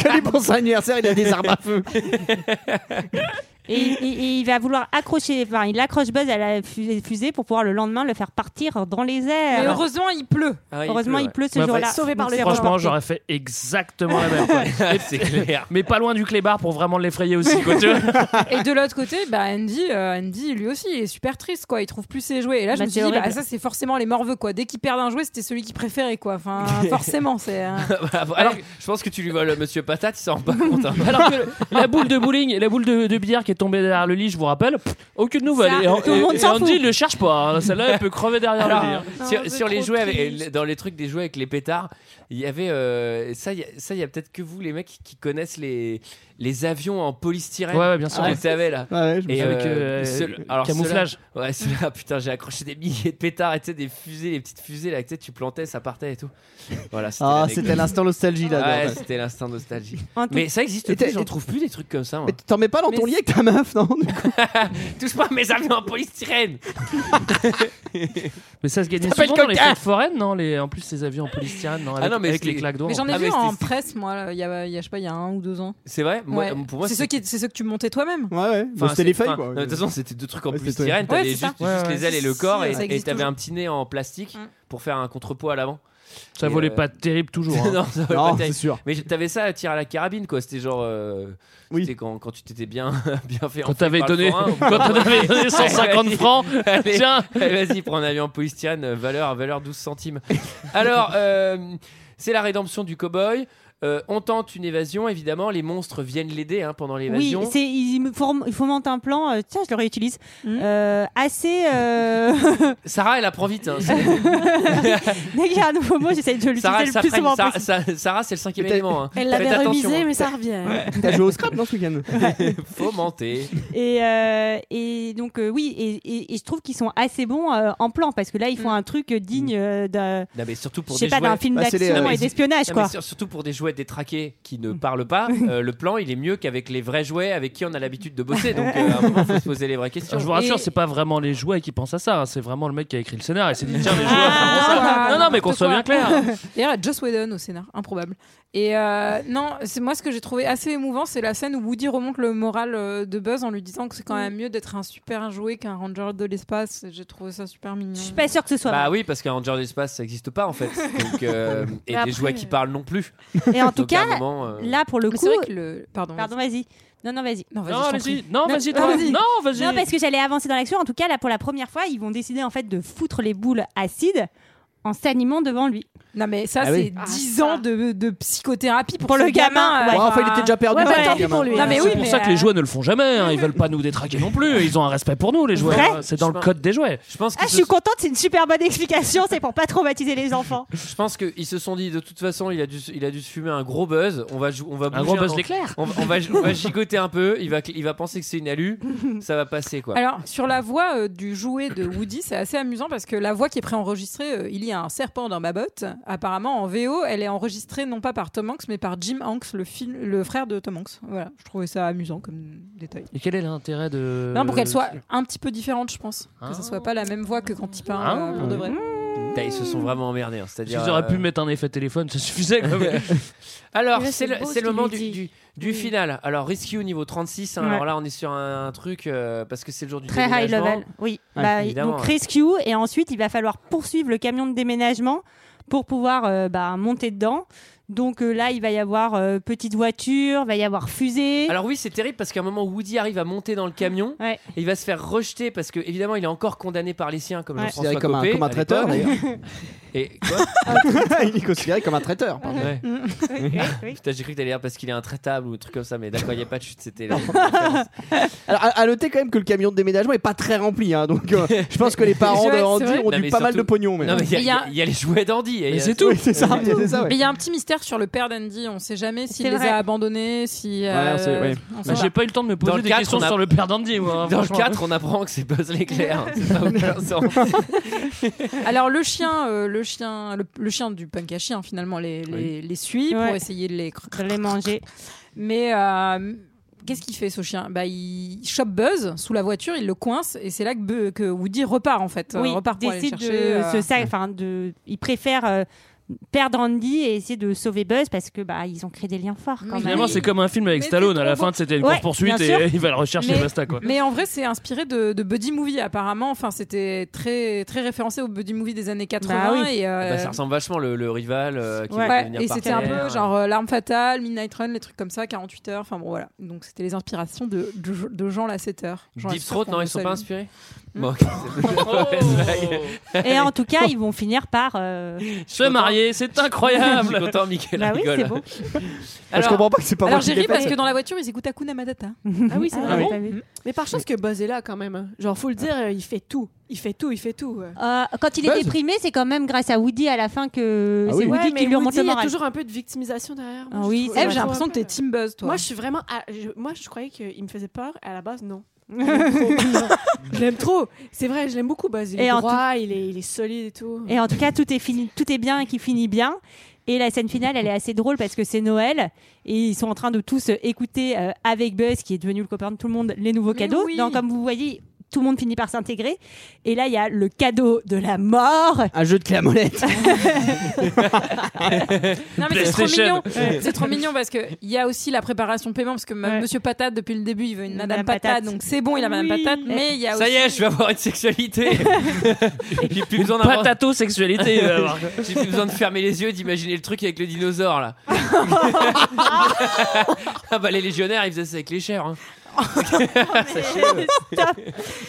Quel est pour son anniversaire Il a des armes à feu.
Et, et- et il va vouloir accrocher, enfin, il accroche Buzz à la fu- fusée pour pouvoir le lendemain le faire partir dans les airs.
Mais heureusement, il pleut.
Ah, il
Heureusement,
pleut,
il pleut ce
Ouais,
jour-là.
ouais.
Sauvé par le
Bah, Franchement,
reporter.
j'aurais fait exactement la même. quoi.
c'est clair.
Mais pas loin du clébard pour vraiment l'effrayer aussi. Quoi, tu vois
Et de l'autre côté, bah Andy, euh, Andy, lui aussi, il est super triste, quoi. Il trouve plus ses jouets. Et là, je
Bah,
me suis
c'est
dit, bah,
horrible.
ça, c'est forcément les morveux, quoi. Dès qu'il perd un jouet, c'était celui qu'il préférait, quoi. Enfin, forcément, c'est. euh,
Alors, je pense que tu lui voles Monsieur Patate, il s'en rend pas compte. hein.
Alors que le- la boule de bowling, la boule de, de billard qui est tombée derrière le lit, je vous rappelle, pff, aucune nouvelle.
Ça,
et en-
tout le
et-
monde
et
s'en
Andy,
fout.
il le cherche pas. hein. Celle-là, elle peut crever derrière le lit.
Alors,
hein.
sur, sur les jouets, avec- dans les trucs des jouets avec les pétards, il y avait euh, ça, il y a- ça, il y a peut-être que vous les mecs qui connaissent les les avions en polystyrène.
Ouais, ouais, bien sûr.
Vous
Ouais.
le savez là.
Ouais, je me souviens. Avec, euh, camouflage.
ceux-là- ouais, ceux-là, putain, j'ai accroché des milliers de pétards, et tu sais, des fusées, les petites fusées là, que tu sais, tu plantais, ça partait et tout. Voilà.
Ah,
l'anecdote.
c'était l'instant nostalgie, là,
Ouais,
dedans.
c'était l'instant nostalgie.
En tout-
Mais ça existe
Et t'as-
plus, j'en
et-
trouve plus des trucs comme ça. moi.
Mais t'en mets pas dans ton lit avec ta meuf, non
Touche pas à mes avions en polystyrène.
Mais ça se gagnait
Ça s'appelle
souvent dans les
Coca.
fêtes foraines, non les, En plus, ces avions en polystyrène, non, avec,
non, mais
avec
c'est-
les claques d'eau.
Mais j'en ai
Ah,
vu
mais
en
c'était-
presse, moi, là, il y a, il y a, je sais pas, il y a un ou deux ans.
C'est vrai Moi,
Ouais.
pour moi,
c'est ceux, qui- c'est ceux que tu montais toi-même.
Ouais, ouais.
Enfin,
Bah, c'était les
c'est-
feuilles,
enfin,
quoi.
non, De toute façon, c'était deux trucs en
Ouais, c'était-
polystyrène.
Ouais,
T'avais
c'est
juste,
ça.
Ouais,
juste
ouais.
les ailes et le
Si,
corps,
ça
et- et
existe
t'avais
toujours.
un petit nez en plastique pour faire un contrepoids à l'avant.
Ça
Et,
volait
euh,
pas terrible toujours. hein.
non, ça volait
Non,
pas terrible.
c'est sûr.
Mais j- t'avais ça à tirer à la carabine, quoi. C'était genre. euh, C'était quand, quand tu t'étais bien, bien fait.
Quand t'avais donné- quand t'avais donné 150 francs, tiens.
Vas-y, prends un avion en polystyrène, euh, valeur, valeur 12 centimes. Alors, euh, c'est la rédemption du cowboy. Euh, on tente une évasion, évidemment. Les monstres viennent l'aider hein, pendant
Oui,
l'évasion.
c'est ils me forment- ils fomentent un plan. euh, tiens, je le réutilise. Euh, assez. euh,
Sarah, elle apprend vite. hein.
Dès qu'il y a un nouveau mot, j'essaie de
Sarah,
l'utiliser
ça
le plus
freine.
souvent
Sarah,
possible.
Sarah- Sarah, c'est le cinquième
Mais t'as-
élément. hein.
Elle l'avait
Faites attention.
remisé,
mais ça revient.
T'as joué au scrap dans ce week-end
Fomenté.
Et, euh, et donc euh, oui, et, et- et je trouve qu'ils sont assez bons euh, en plan parce que là ils font un truc digne euh, d'un.
Non, mais surtout pour
Je sais
des
pas, d'un
jouets-
film Bah, c'est les, d'action euh, et d'espionnage,
Non,
quoi. Mm.
mais sur- surtout pour des jouets détraqués qui ne parlent pas, euh, le plan il est mieux qu'avec les vrais jouets avec qui on a l'habitude de bosser. Donc euh, à un moment, faut se poser les vraies questions.
Alors, je vous rassure, c'est pas vraiment les jouets qui pensent à ça. hein. C'est vraiment le mec qui a écrit le scénar. Il s'est dit tiens
Ah,
les jouets.
Ah,
feront ça. non, non, mais qu'on soit bien clair.
D'ailleurs, il y a Joss Whedon au scénar, improbable. Et euh, non, c'est moi ce que j'ai trouvé assez émouvant, c'est la scène où Woody remonte le moral euh, de Buzz en lui disant que c'est quand même mieux d'être un super jouet qu'un ranger de l'espace. J'ai trouvé ça super mignon. Je suis
pas sûre que ce soit.
Bah oui, parce qu'un Ranger d'espace ça n'existe pas en fait. Donc, euh, et
Mais après,
des jouets qui parlent non plus.
Et en tout
Donc, à un
cas,
moment, euh,
là pour le
Mais
coup,
c'est vrai que le- pardon,
pardon, vas-y. Non, non, vas-y.
Non, vas-y,
Non,
je t'en
vas-y.
prie.
Non, vas-y, toi. Non, vas-y.
Non, parce que j'allais avancer dans l'action. En tout cas, là, pour la première fois, ils vont décider en fait de foutre les boules acides en s'animant devant lui.
Non, mais ça,
Ah oui.
c'est 10 ans de, de psychothérapie pour,
Pour
ce
le gamin, ouais.
euh,
Ouais, enfin, il était déjà perdu,
bah,
ouais,
tant
le
pis
gamin.
pour lui.
Non, mais
c'est
oui,
pour
mais
ça que
euh,
les jouets ne le font jamais. hein. Ils veulent pas nous détraquer non plus. Ils ont un respect pour nous, les jouets.
Vrai
C'est dans
Je
le
pense-
code des jouets.
Je pense
Ah,
que
je suis contente, c'est une super bonne explication. C'est pour pas traumatiser les enfants.
Je pense qu'ils se sont dit de toute façon il a dû se- il a dû se fumer un gros buzz on va jou- on va bouger
gros buzz
on-
d'éclair.
on, va- on va on va gigoter un peu il va cl- il va penser que c'est une alu ça va passer quoi
Alors, sur la voix euh, du jouet de Woody, c'est assez amusant parce que la voix qui est préenregistrée, euh, il y y a un serpent dans ma botte. Apparemment, en VO, elle est enregistrée non pas par Tom Hanks, mais par Jim Hanks, le, film, le frère de Tom Hanks. Voilà, je trouvais ça amusant comme détail.
Et quel est l'intérêt de.
Non, pour qu'elle soit un petit peu différente, je pense.
Ah.
Que ça soit pas la même voix que quand il parle
Ah.
euh, pour de vrai.
Putain, Ils se sont vraiment emmerdés. hein,
Ils
C'est-à-dire.
auraient
euh,
pu mettre un effet téléphone, ça suffisait quand même.
Alors,
Mais là,
c'est
c'est
le,
beau
c'est
ce
le
qu'il
moment
lui
du,
dit.
du- du final. Alors, Risky au niveau 36. hein,
Ouais.
Alors là, on est sur un, truc euh, parce que c'est le jour du
Très high
déménagement.
level. Oui.
Ouais,
Bah,
évidemment,
donc
hein.
rescue et ensuite il va falloir poursuivre le camion de déménagement pour pouvoir euh, bah, monter dedans. Donc euh, là il va y avoir euh, petite voiture, va y avoir fusée.
Alors oui, c'est terrible parce qu'à un moment, Woody arrive à monter dans le camion et il va se faire rejeter parce que évidemment, il est encore condamné par les siens comme
Ouais.
Jean-François
Considéré comme un-
Copé,
comme un
à l'époque.
traiteur, d'ailleurs.
Et quoi
il est considéré comme un traiteur.
Ah
pardon.
Ouais. Putain, j'ai cru que t'allais dire parce qu'il est intraitable ou un truc comme ça, mais d'accord, il n'y a pas de chute, c'était la référence.
Alors, à, à noter quand même que le camion de déménagement est pas très rempli, hein, donc euh, je pense que les parents
Ouais,
de Andy
c'est vrai.
ont
Non,
dû
mais
pas mal de
surtout-
pognon. Mais...
Non, mais il y a-
Mais
il
il
y,
y a-
a les jouets d'Andy. et il y a-
Oui, c'est ça,
Ouais.
c'est ça, ouais.
Mais il y a un petit mystère sur le père d'Andy. On sait jamais s'il
C'est
les
vrai.
a abandonnés, si. euh, on sait
J'ai pas eu le temps de me poser
Dans le
des
quatre,
questions
on a-
sur le père d'Andy. moi,
Dans le
franchement.
4, on apprend que c'est Buzz l'éclair. hein, C'est pas aucun sens.
Alors le chien, euh, le chien, le, le chien du punk à chien finalement les, les, les suit
Ouais.
pour essayer de les,
les manger.
Mais euh, qu'est-ce qu'il fait ce chien Bah il chope Buzz sous la voiture, il le coince et c'est là que, Bu- que Woody repart en fait.
oui,
Euh, repart pour aller le
décide
chercher.
de
euh.
se sa- enfin, de, il préfère euh, perdre Andy et essayer de sauver Buzz parce que bah ils ont créé des liens forts quand même.
Finalement, c'est comme un film avec
Mais
Stallone.
c'est
À la
trop
fin,
beau.
c'était une
Ouais,
course poursuite
bien sûr.
et il va le rechercher.
Mais-
Basta quoi.
Mais en vrai, c'est inspiré de, de Buddy Movie apparemment. Enfin, c'était très très référencé au Buddy Movie des années 80
oui.
et euh,
Bah, ça ressemble vachement le, le rival euh, qui
Ouais,
va devenir
et c'était un
partenaire.
peu genre euh, L'Arme Fatale, Midnight Run, les trucs comme ça, 48 heures, enfin bon voilà. Donc c'était les inspirations de, de, de Jean Lasseter. Jean
Deep
Lasseter
Throat,
qu'on
non,
le
ils sont
salue.
pas inspirés Bon, ok, c'est une mauvaise blague.
Et en tout cas, ils vont finir par euh,
Se marier, c'est incroyable.
Je suis content, Mickaël
Bah oui,
rigole.
c'est beau.
Alors-
Alors j'ai ri parce que dans la voiture, ils écoutent Akuna Matata.
Ah oui, c'est
Ah
vrai.
oui.
T'as vu Mais par chance que Buzz est là quand même. hein. Genre, faut le dire, euh, il fait tout. Il fait tout, il fait tout. euh.
Euh, quand il est
Buzz.
déprimé, c'est quand même grâce à Woody à la fin que c'est Woody
Ouais,
qui
mais
lui remonte
Woody,
le
il y a
moral.
toujours un peu de victimisation derrière.
Ah
Moi,
oui, c'est
je trouve.
vrai. J'ai l'impression
que t'es Team Buzz, toi.
Moi, je suis vraiment. ah, je- Moi, je croyais qu'il me faisait peur. À la base, non. Je l'aime trop. Je l'aime trop. C'est vrai, je l'aime beaucoup Buzz. Il
Et
est
en
droit, il est, il est solide et tout.
Et en tout cas, tout est fini, tout est bien et qui finit bien. Et la scène finale, elle est assez drôle parce que c'est Noël et ils sont en train de tous euh, écouter euh, avec Buzz, qui est devenu le copain de tout le monde, les nouveaux cadeaux.
oui.
Donc, comme vous voyez, tout le monde finit par s'intégrer. Et là, il y a le cadeau de la mort.
Un jeu de clé à molette.
Non mais c'est trop mignon.
PlayStation.
C'est trop mignon parce que il y a aussi la préparation paiement parce que ma- Monsieur Patate depuis le début, il veut une Madame, Patate, donc c'est bon, il a Madame Patate, mais il y a
Ça
aussi
y est, je vais avoir une sexualité. J'ai plus besoin d'avoir.
Patatossexualité,
euh.
il va avoir.
J'ai plus besoin de fermer les yeux, d'imaginer le truc avec le dinosaure là. ah bah les légionnaires, ils faisaient ça avec les chairs. hein.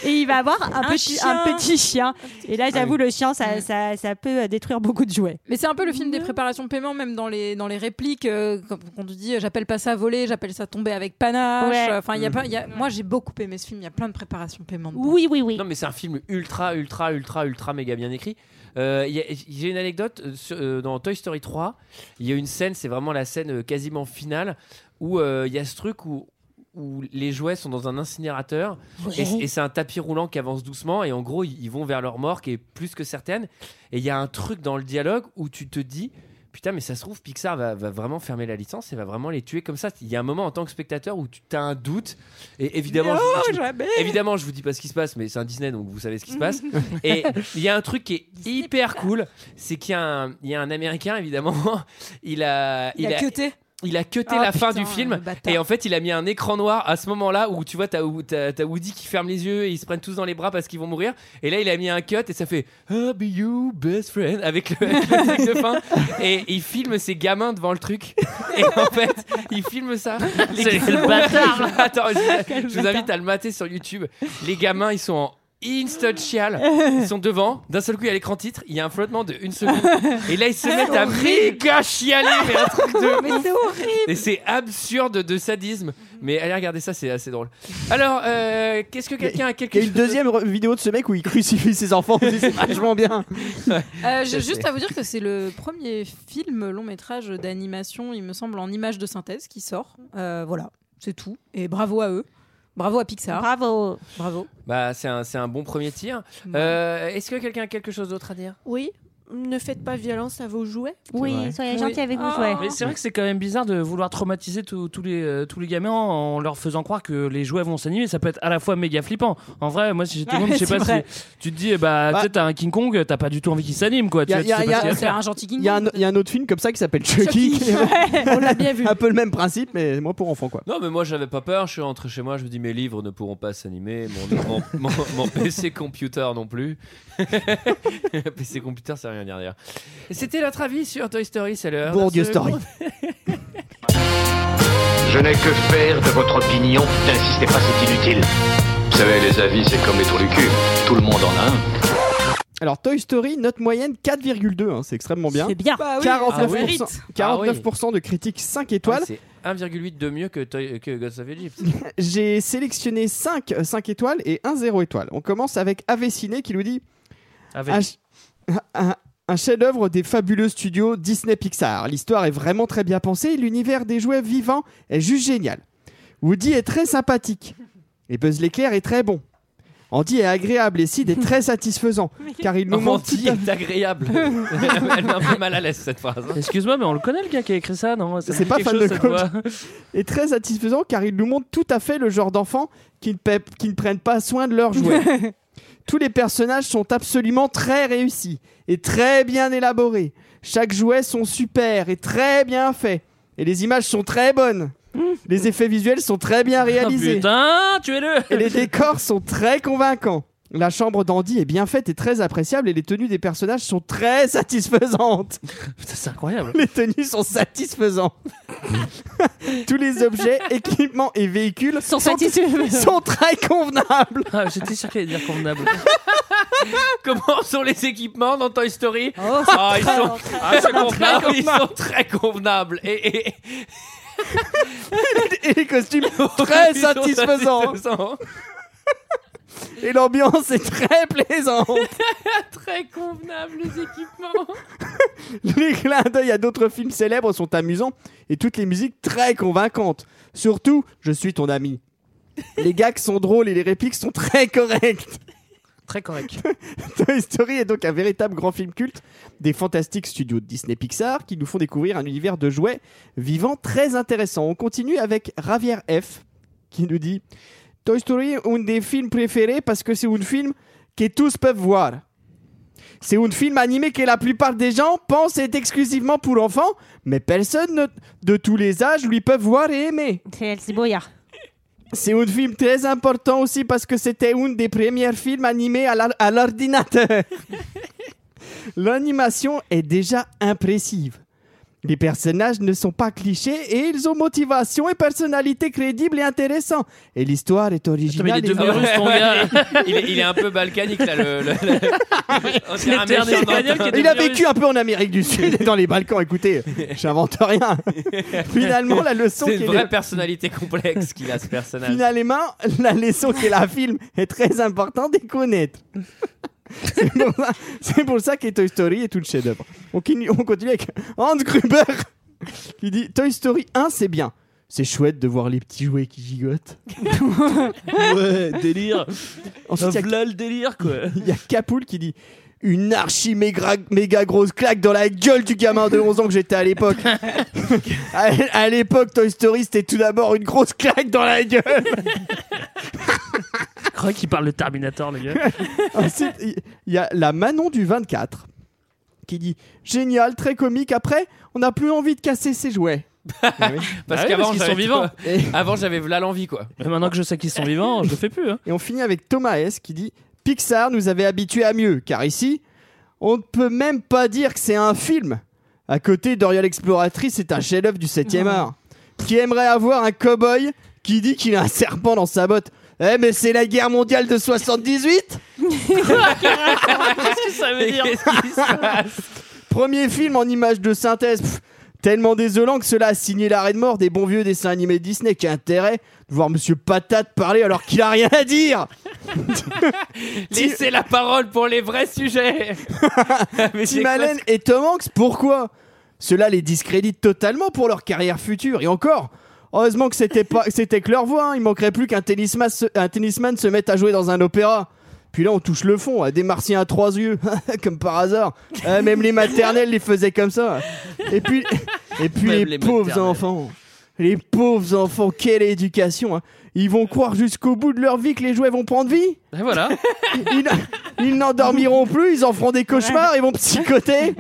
Et il va avoir un,
Un
petit,
chien.
un petit chien. Et là, j'avoue, le chien, ça, ça, ça peut euh, détruire beaucoup de jouets.
Mais c'est un peu le film des préparations de paiement, même dans les, dans les répliques. euh, quand quand on te dit euh, j'appelle pas ça voler, j'appelle ça tomber avec panache.
Ouais.
Enfin,
Mm.
il y a pas, il y a- moi j'ai beaucoup aimé ce film, il y a plein de préparations de paiement. dedans.
Oui, oui, oui.
Non, mais c'est un film ultra, ultra, ultra, ultra méga bien écrit. Euh, il y a- J'ai une anecdote euh, sur- euh, dans Toy Story 3. Il y a une scène, c'est vraiment la scène euh, quasiment finale où euh, il y a ce truc où où les jouets sont dans un incinérateur
Ouais.
et, et c'est un tapis roulant qui avance doucement et en gros ils, ils vont vers leur mort qui est plus que certaine et il y a un truc dans le dialogue où tu te dis putain mais ça se trouve Pixar va, va vraiment fermer la licence et va vraiment les tuer comme ça il y a un moment en tant que spectateur où tu as un doute et évidemment
Non,
je,
jamais.
évidemment je vous dis pas ce qui se passe mais c'est un Disney donc vous savez ce qui se passe et il y a un truc qui est hyper cool c'est qu'il y, a un- il y a un américain évidemment il a
Il a cuté.
il a cuté
Ah,
la fin
putain,
du film
le bâtard.
et en fait il a mis un écran noir à ce moment-là où tu vois t'as t'as- t'as Woody qui ferme les yeux et ils se prennent tous dans les bras parce qu'ils vont mourir et là il a mis un cut et ça fait I'll be you best friend avec le, avec le truc de fin et il filme ses gamins devant le truc et en fait il filme ça Les
C'est
gamins-
le bâtard.
Attends, je,
Quel
je vous invite à le mater sur YouTube les gamins ils sont en Insta chial, ils sont devant. D'un seul coup, il y a l'écran titre. Il y a un flottement de une seconde. Et là, ils se mettent à
Horrible.
méga chialer, mais un truc de
Mais
ouf.
c'est horrible.
Et c'est absurde de sadisme. Mais allez regarder ça, c'est assez drôle. Alors, euh, qu'est-ce que quelqu'un a quelque
Il y a une deuxième re- vidéo de ce mec où il crucifie ses enfants. On dit, C'est vachement bien.
Euh, j'ai juste à vous dire que c'est le premier film long métrage d'animation, il me semble, en images de synthèse qui sort. Euh, voilà, c'est tout. Et bravo à eux. Bravo à Pixar.
Bravo.
Bravo.
Euh,
Bah, c'est un, c'est un bon premier tir. Euh, Est-ce que quelqu'un a quelque chose d'autre à dire
Oui. ne faites pas violence à vos jouets.
Oui,
vrai.
soyez gentils avec vos
Ah.
jouets.
Mais c'est vrai que c'est quand même bizarre de vouloir traumatiser tous tous les, euh, tous les gamins en leur faisant croire que les jouets vont s'animer. Ça peut être à la fois méga flippant. En vrai, moi, si j'étais
Ouais,
monde, je sais
c'est
pas
vrai.
si tu te dis, eh bah, tu sais, t'as un King Kong, t'as pas du tout envie qu'il s'anime, quoi. Tu
Il y a-
vois,
il
tu
y a-
sais
il
pas
y
ce qu'il
a-
va faire.
il y a un- il y a un autre film comme ça qui s'appelle Chucky.
On l'a bien vu.
Un peu le même principe, mais moins pour enfants, quoi.
Non, mais moi j'avais pas peur. Je suis rentré chez moi, je me dis mes livres ne pourront pas s'animer, mon, mon, mon- mon PC computer non plus. PC computer, c'est rien dire. dire.
C'était notre avis sur Toy Story, c'est l'heure.
Bourdieu
de ce
Story.
monde.
Je n'ai que faire de votre opinion. N'insistez pas, c'est inutile.
Vous savez, les avis, c'est comme les trous du cul. Tout le monde en a un.
Alors Toy Story, note moyenne 4,2, hein, c'est extrêmement bien.
C'est bien. Bah oui. Ah
49%,
oui. Ah oui.
49% de critiques 5
Ah,
étoiles.
C'est 1,8 de mieux que, Toy- que Gods of Egypt.
J'ai sélectionné 5, 5 étoiles et 1 0 étoile. On commence avec Aveciné qui nous dit
Avec.
un, ch- un- un chef-d'œuvre des fabuleux studios Disney Pixar. L'histoire est vraiment très bien pensée et l'univers des jouets vivants est juste génial. Woody est très sympathique et Buzz l'éclair est très bon. Andy est agréable et Sid est très satisfaisant car il nous montre
Andy est agréable. Elle m'a un peu mal à l'aise cette phrase. hein.
Excuse-moi, mais on le connaît le gars qui a écrit ça, non Ça me
C'est
dit
pas
quelque
fan
chose,
de
cette
coach.
voix.
Et très satisfaisant car il nous montre tout à fait le genre d'enfants qui, ne paient- qui ne prennent pas soin de leurs jouets. Tous les personnages sont absolument très réussis et très bien élaborés. Chaque jouet sont super et très bien faits. Et les images sont très bonnes. Les effets visuels sont très bien réalisés.
putain, tuez-le
Et les décors sont très convaincants. La chambre d'Andy est bien faite et très appréciable et les tenues des personnages sont très satisfaisantes.
C'est incroyable.
Les tenues sont satisfaisantes. Tous les objets, équipements et véhicules sont, sont très convenables.
Ah, J'étais sûr qu'il allait dire convenable.
Comment sont les équipements dans Toy Story
Oh,
c'est
Ah, ils
très
sont,
convenable.
ah,
Ils
c'est
sont très
convenable, ils
convenables.
sont très convenables. Et, et- et-
et les costumes très
Ils sont
satisfaisants.
satisfaisants.
Et l'ambiance est très plaisante.
très convenables les équipements.
Les clins d'œil à d'autres films célèbres sont amusants et toutes les musiques très convaincantes. Surtout, je suis ton ami. Les gags sont drôles et les répliques sont très correctes.
Très correct.
Toy Story est donc un véritable grand film culte des fantastiques studios de Disney Pixar qui nous font découvrir un univers de jouets vivants très intéressant. On continue avec Ravière F qui nous dit Toy Story est un des films préférés parce que c'est un film que tous peuvent voir. C'est un film animé que la plupart des gens pensent est exclusivement pour enfants, mais personne ne- de tous les âges lui peut voir et aimer.
C'est Elsie Boyard.
C'est un film très important aussi parce que c'était un des premiers films animés à l'ar- à l'ordinateur. L'animation est déjà impressive. Les personnages ne sont pas clichés et ils ont motivation et personnalité crédible et intéressant. Et l'histoire est originale.
il est
et
devenu russe, ton
marrante.
gars. Il est, il est un peu balkanique là. Le, le- le- on dirait un
Terre
méchant dans-
d'Espagnol qui est Il a vécu un peu en Amérique du Sud et dans les Balkans. Écoutez, j'invente rien. Finalement, la leçon
C'est
qui est-
une vraie personnalité complexe qu'il a ce personnage.
Finalement, la leçon qu'est la film est très importante de connaître. C'est pour ça- C'est pour ça que Toy Story est tout le chef-d'œuvre. On, continue- on continue avec Hans Gruber qui dit Toy Story 1, c'est bien. C'est chouette de voir les petits jouets qui gigotent.
ouais, délire.
Ensuite, il y a-
V'là le délire, quoi.
Il y a Capoul qui dit une archi méga, méga grosse claque dans la gueule du gamin de 11 ans que j'étais à l'époque. à à l'époque, Toy Story, c'était tout d'abord une grosse claque dans la gueule.
Je crois qu'il parle de Terminator, le gars.
Ensuite, il il y a la Manon du 24 qui dit génial, très comique. Après, on n'a plus envie de casser ses jouets.
Bah Parce
Ah oui,
qu'avant,
parce qu'ils sont
j'avais- euh,
vivants.
Avant, j'avais v'là l'envie quoi.
Mais maintenant que je sais qu'ils sont vivants, je le fais plus. hein.
Et on finit avec Thomas S qui dit Pixar nous avait habitués à mieux, car ici, on ne peut même pas dire que c'est un film. À côté, Dorian l'exploratrice est un chef-d'œuvre du 7e art. Qui aimerait avoir un cow-boy qui dit qu'il a un serpent dans sa botte Eh, mais c'est la guerre mondiale de 78
Qu'est-ce que ça veut dire
Premier film en images de synthèse. pff, tellement désolant que cela a signé l'arrêt de mort des bons vieux dessins animés Disney. Qui a intérêt de voir Monsieur Patate parler alors qu'il a rien à dire
Laissez la parole pour les vrais sujets. Mais c'est
Tim
quoi
Allen et Tom Hanks, pourquoi Cela les discrédite totalement pour leur carrière future. Et encore, heureusement que c'était pas, c'était que leur voix. hein. Il manquerait plus qu'un tennisman, se- un tennisman se mette à jouer dans un opéra. Puis là, on touche le fond, à des martiens à trois yeux, comme par hasard. Ah, même les maternelles les faisaient comme ça. Et puis, et puis
Même
les,
les
pauvres
maternelles.
enfants. Les pauvres enfants, quelle éducation. hein. Ils vont croire jusqu'au bout de leur vie que les jouets vont prendre vie.
Et voilà.
Ils, ils n'en dormiront plus, ils en feront des cauchemars, ils vont psychoter.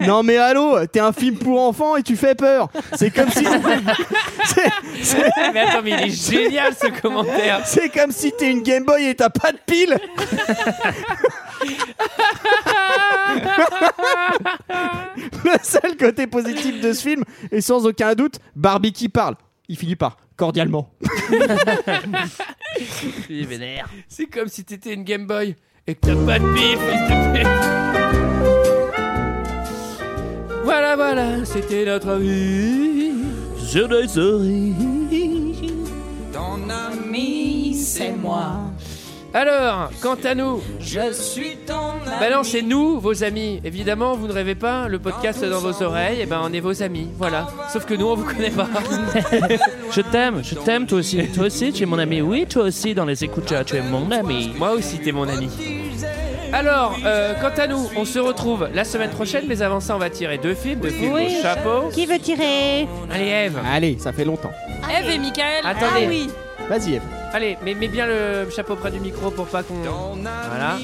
Non mais allô, t'es un film pour enfants et tu fais peur. C'est comme si...
Mais attends, mais il est génial ce commentaire.
C'est comme si t'es une Game Boy et t'as pas de pile. Le seul côté positif de ce film, et sans aucun doute, Barbie qui parle. Il finit par cordialement.
Il est vénère.
C'est comme si t'étais une Game Boy et que t'as pas de pile, fils de pute. Voilà, voilà, c'était notre vie.
Je Toy Story.
Ton ami, c'est moi. Alors, quant à nous, je suis ton ami. Bah non, c'est nous, vos amis. Évidemment, vous ne rêvez pas, le podcast est dans vos oreilles, et ben on est vos amis, voilà. Sauf que nous, on vous connaît pas.
Je t'aime, je t'aime toi aussi. Toi aussi, tu es mon ami. Oui, toi aussi, dans les écouteurs, tu es mon ami.
Moi aussi, t'es mon ami. Alors, euh, quant à nous, on se retrouve la semaine prochaine, mais avant ça, on va tirer deux films, deux films
Oui.
au chapeau.
Qui veut tirer
Allez, Eve.
Allez, ça fait longtemps.
Ah
Eve et Michael. Attendez.
Ah oui.
Vas-y, Eve.
Allez, mets, mets bien le chapeau près du micro pour pas qu'on. Voilà.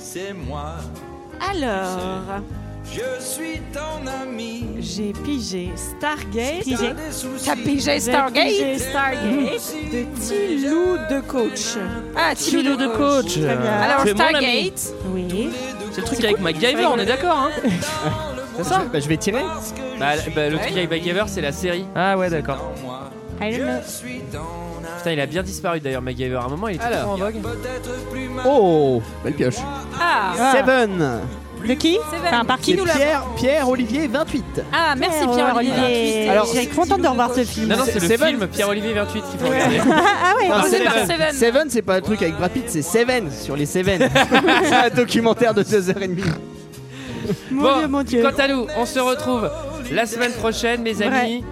C'est moi.
Alors,
Je suis ton ami.
j'ai pigé Stargate.
Pigé. T'as pigé
J'ai
Stargate
pigé Stargate de Tilou de Coach.
Ah, Tilou de coach.
Très bien.
Alors, Tu es mon Stargate. ami.
Oui.
C'est le truc avec MacGyver, on est d'accord, hein
C'est ça
Bah, je vais tirer.
Bah, bah, le truc avec MacGyver, c'est la série.
Ah ouais, d'accord.
I don't know.
Putain, il a bien disparu d'ailleurs, MacGyver. À un moment, il était trop en vogue.
Oh, belle pioche.
Ah.
Seven.
De qui
Seven.
Enfin, par qui
C'est
nous l'avons
Pierre, Pierre Olivier 28.
Ah, merci Pierre-Olivier.
Alors, j'ai contente de revoir ce film.
Non, non, c'est le
Seven.
film Pierre-Olivier 28 qu'il faut regarder.
ah ouais,
Non,
on sait pas.
Seven. Seven, c'est pas le truc avec Brad Pitt, c'est Seven sur les Seven. c'est un documentaire de 2h30.
Bon,
Dieu, mon Dieu.
quant à nous, on se retrouve la semaine prochaine, mes amis.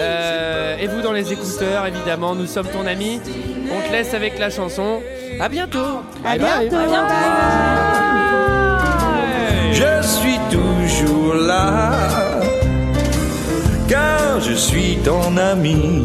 Euh, et vous dans les écouteurs, évidemment, nous sommes ton ami. On te laisse avec la chanson. À bientôt.
Bye
À
bye.
bientôt.
Je suis toujours là, car je suis ton ami.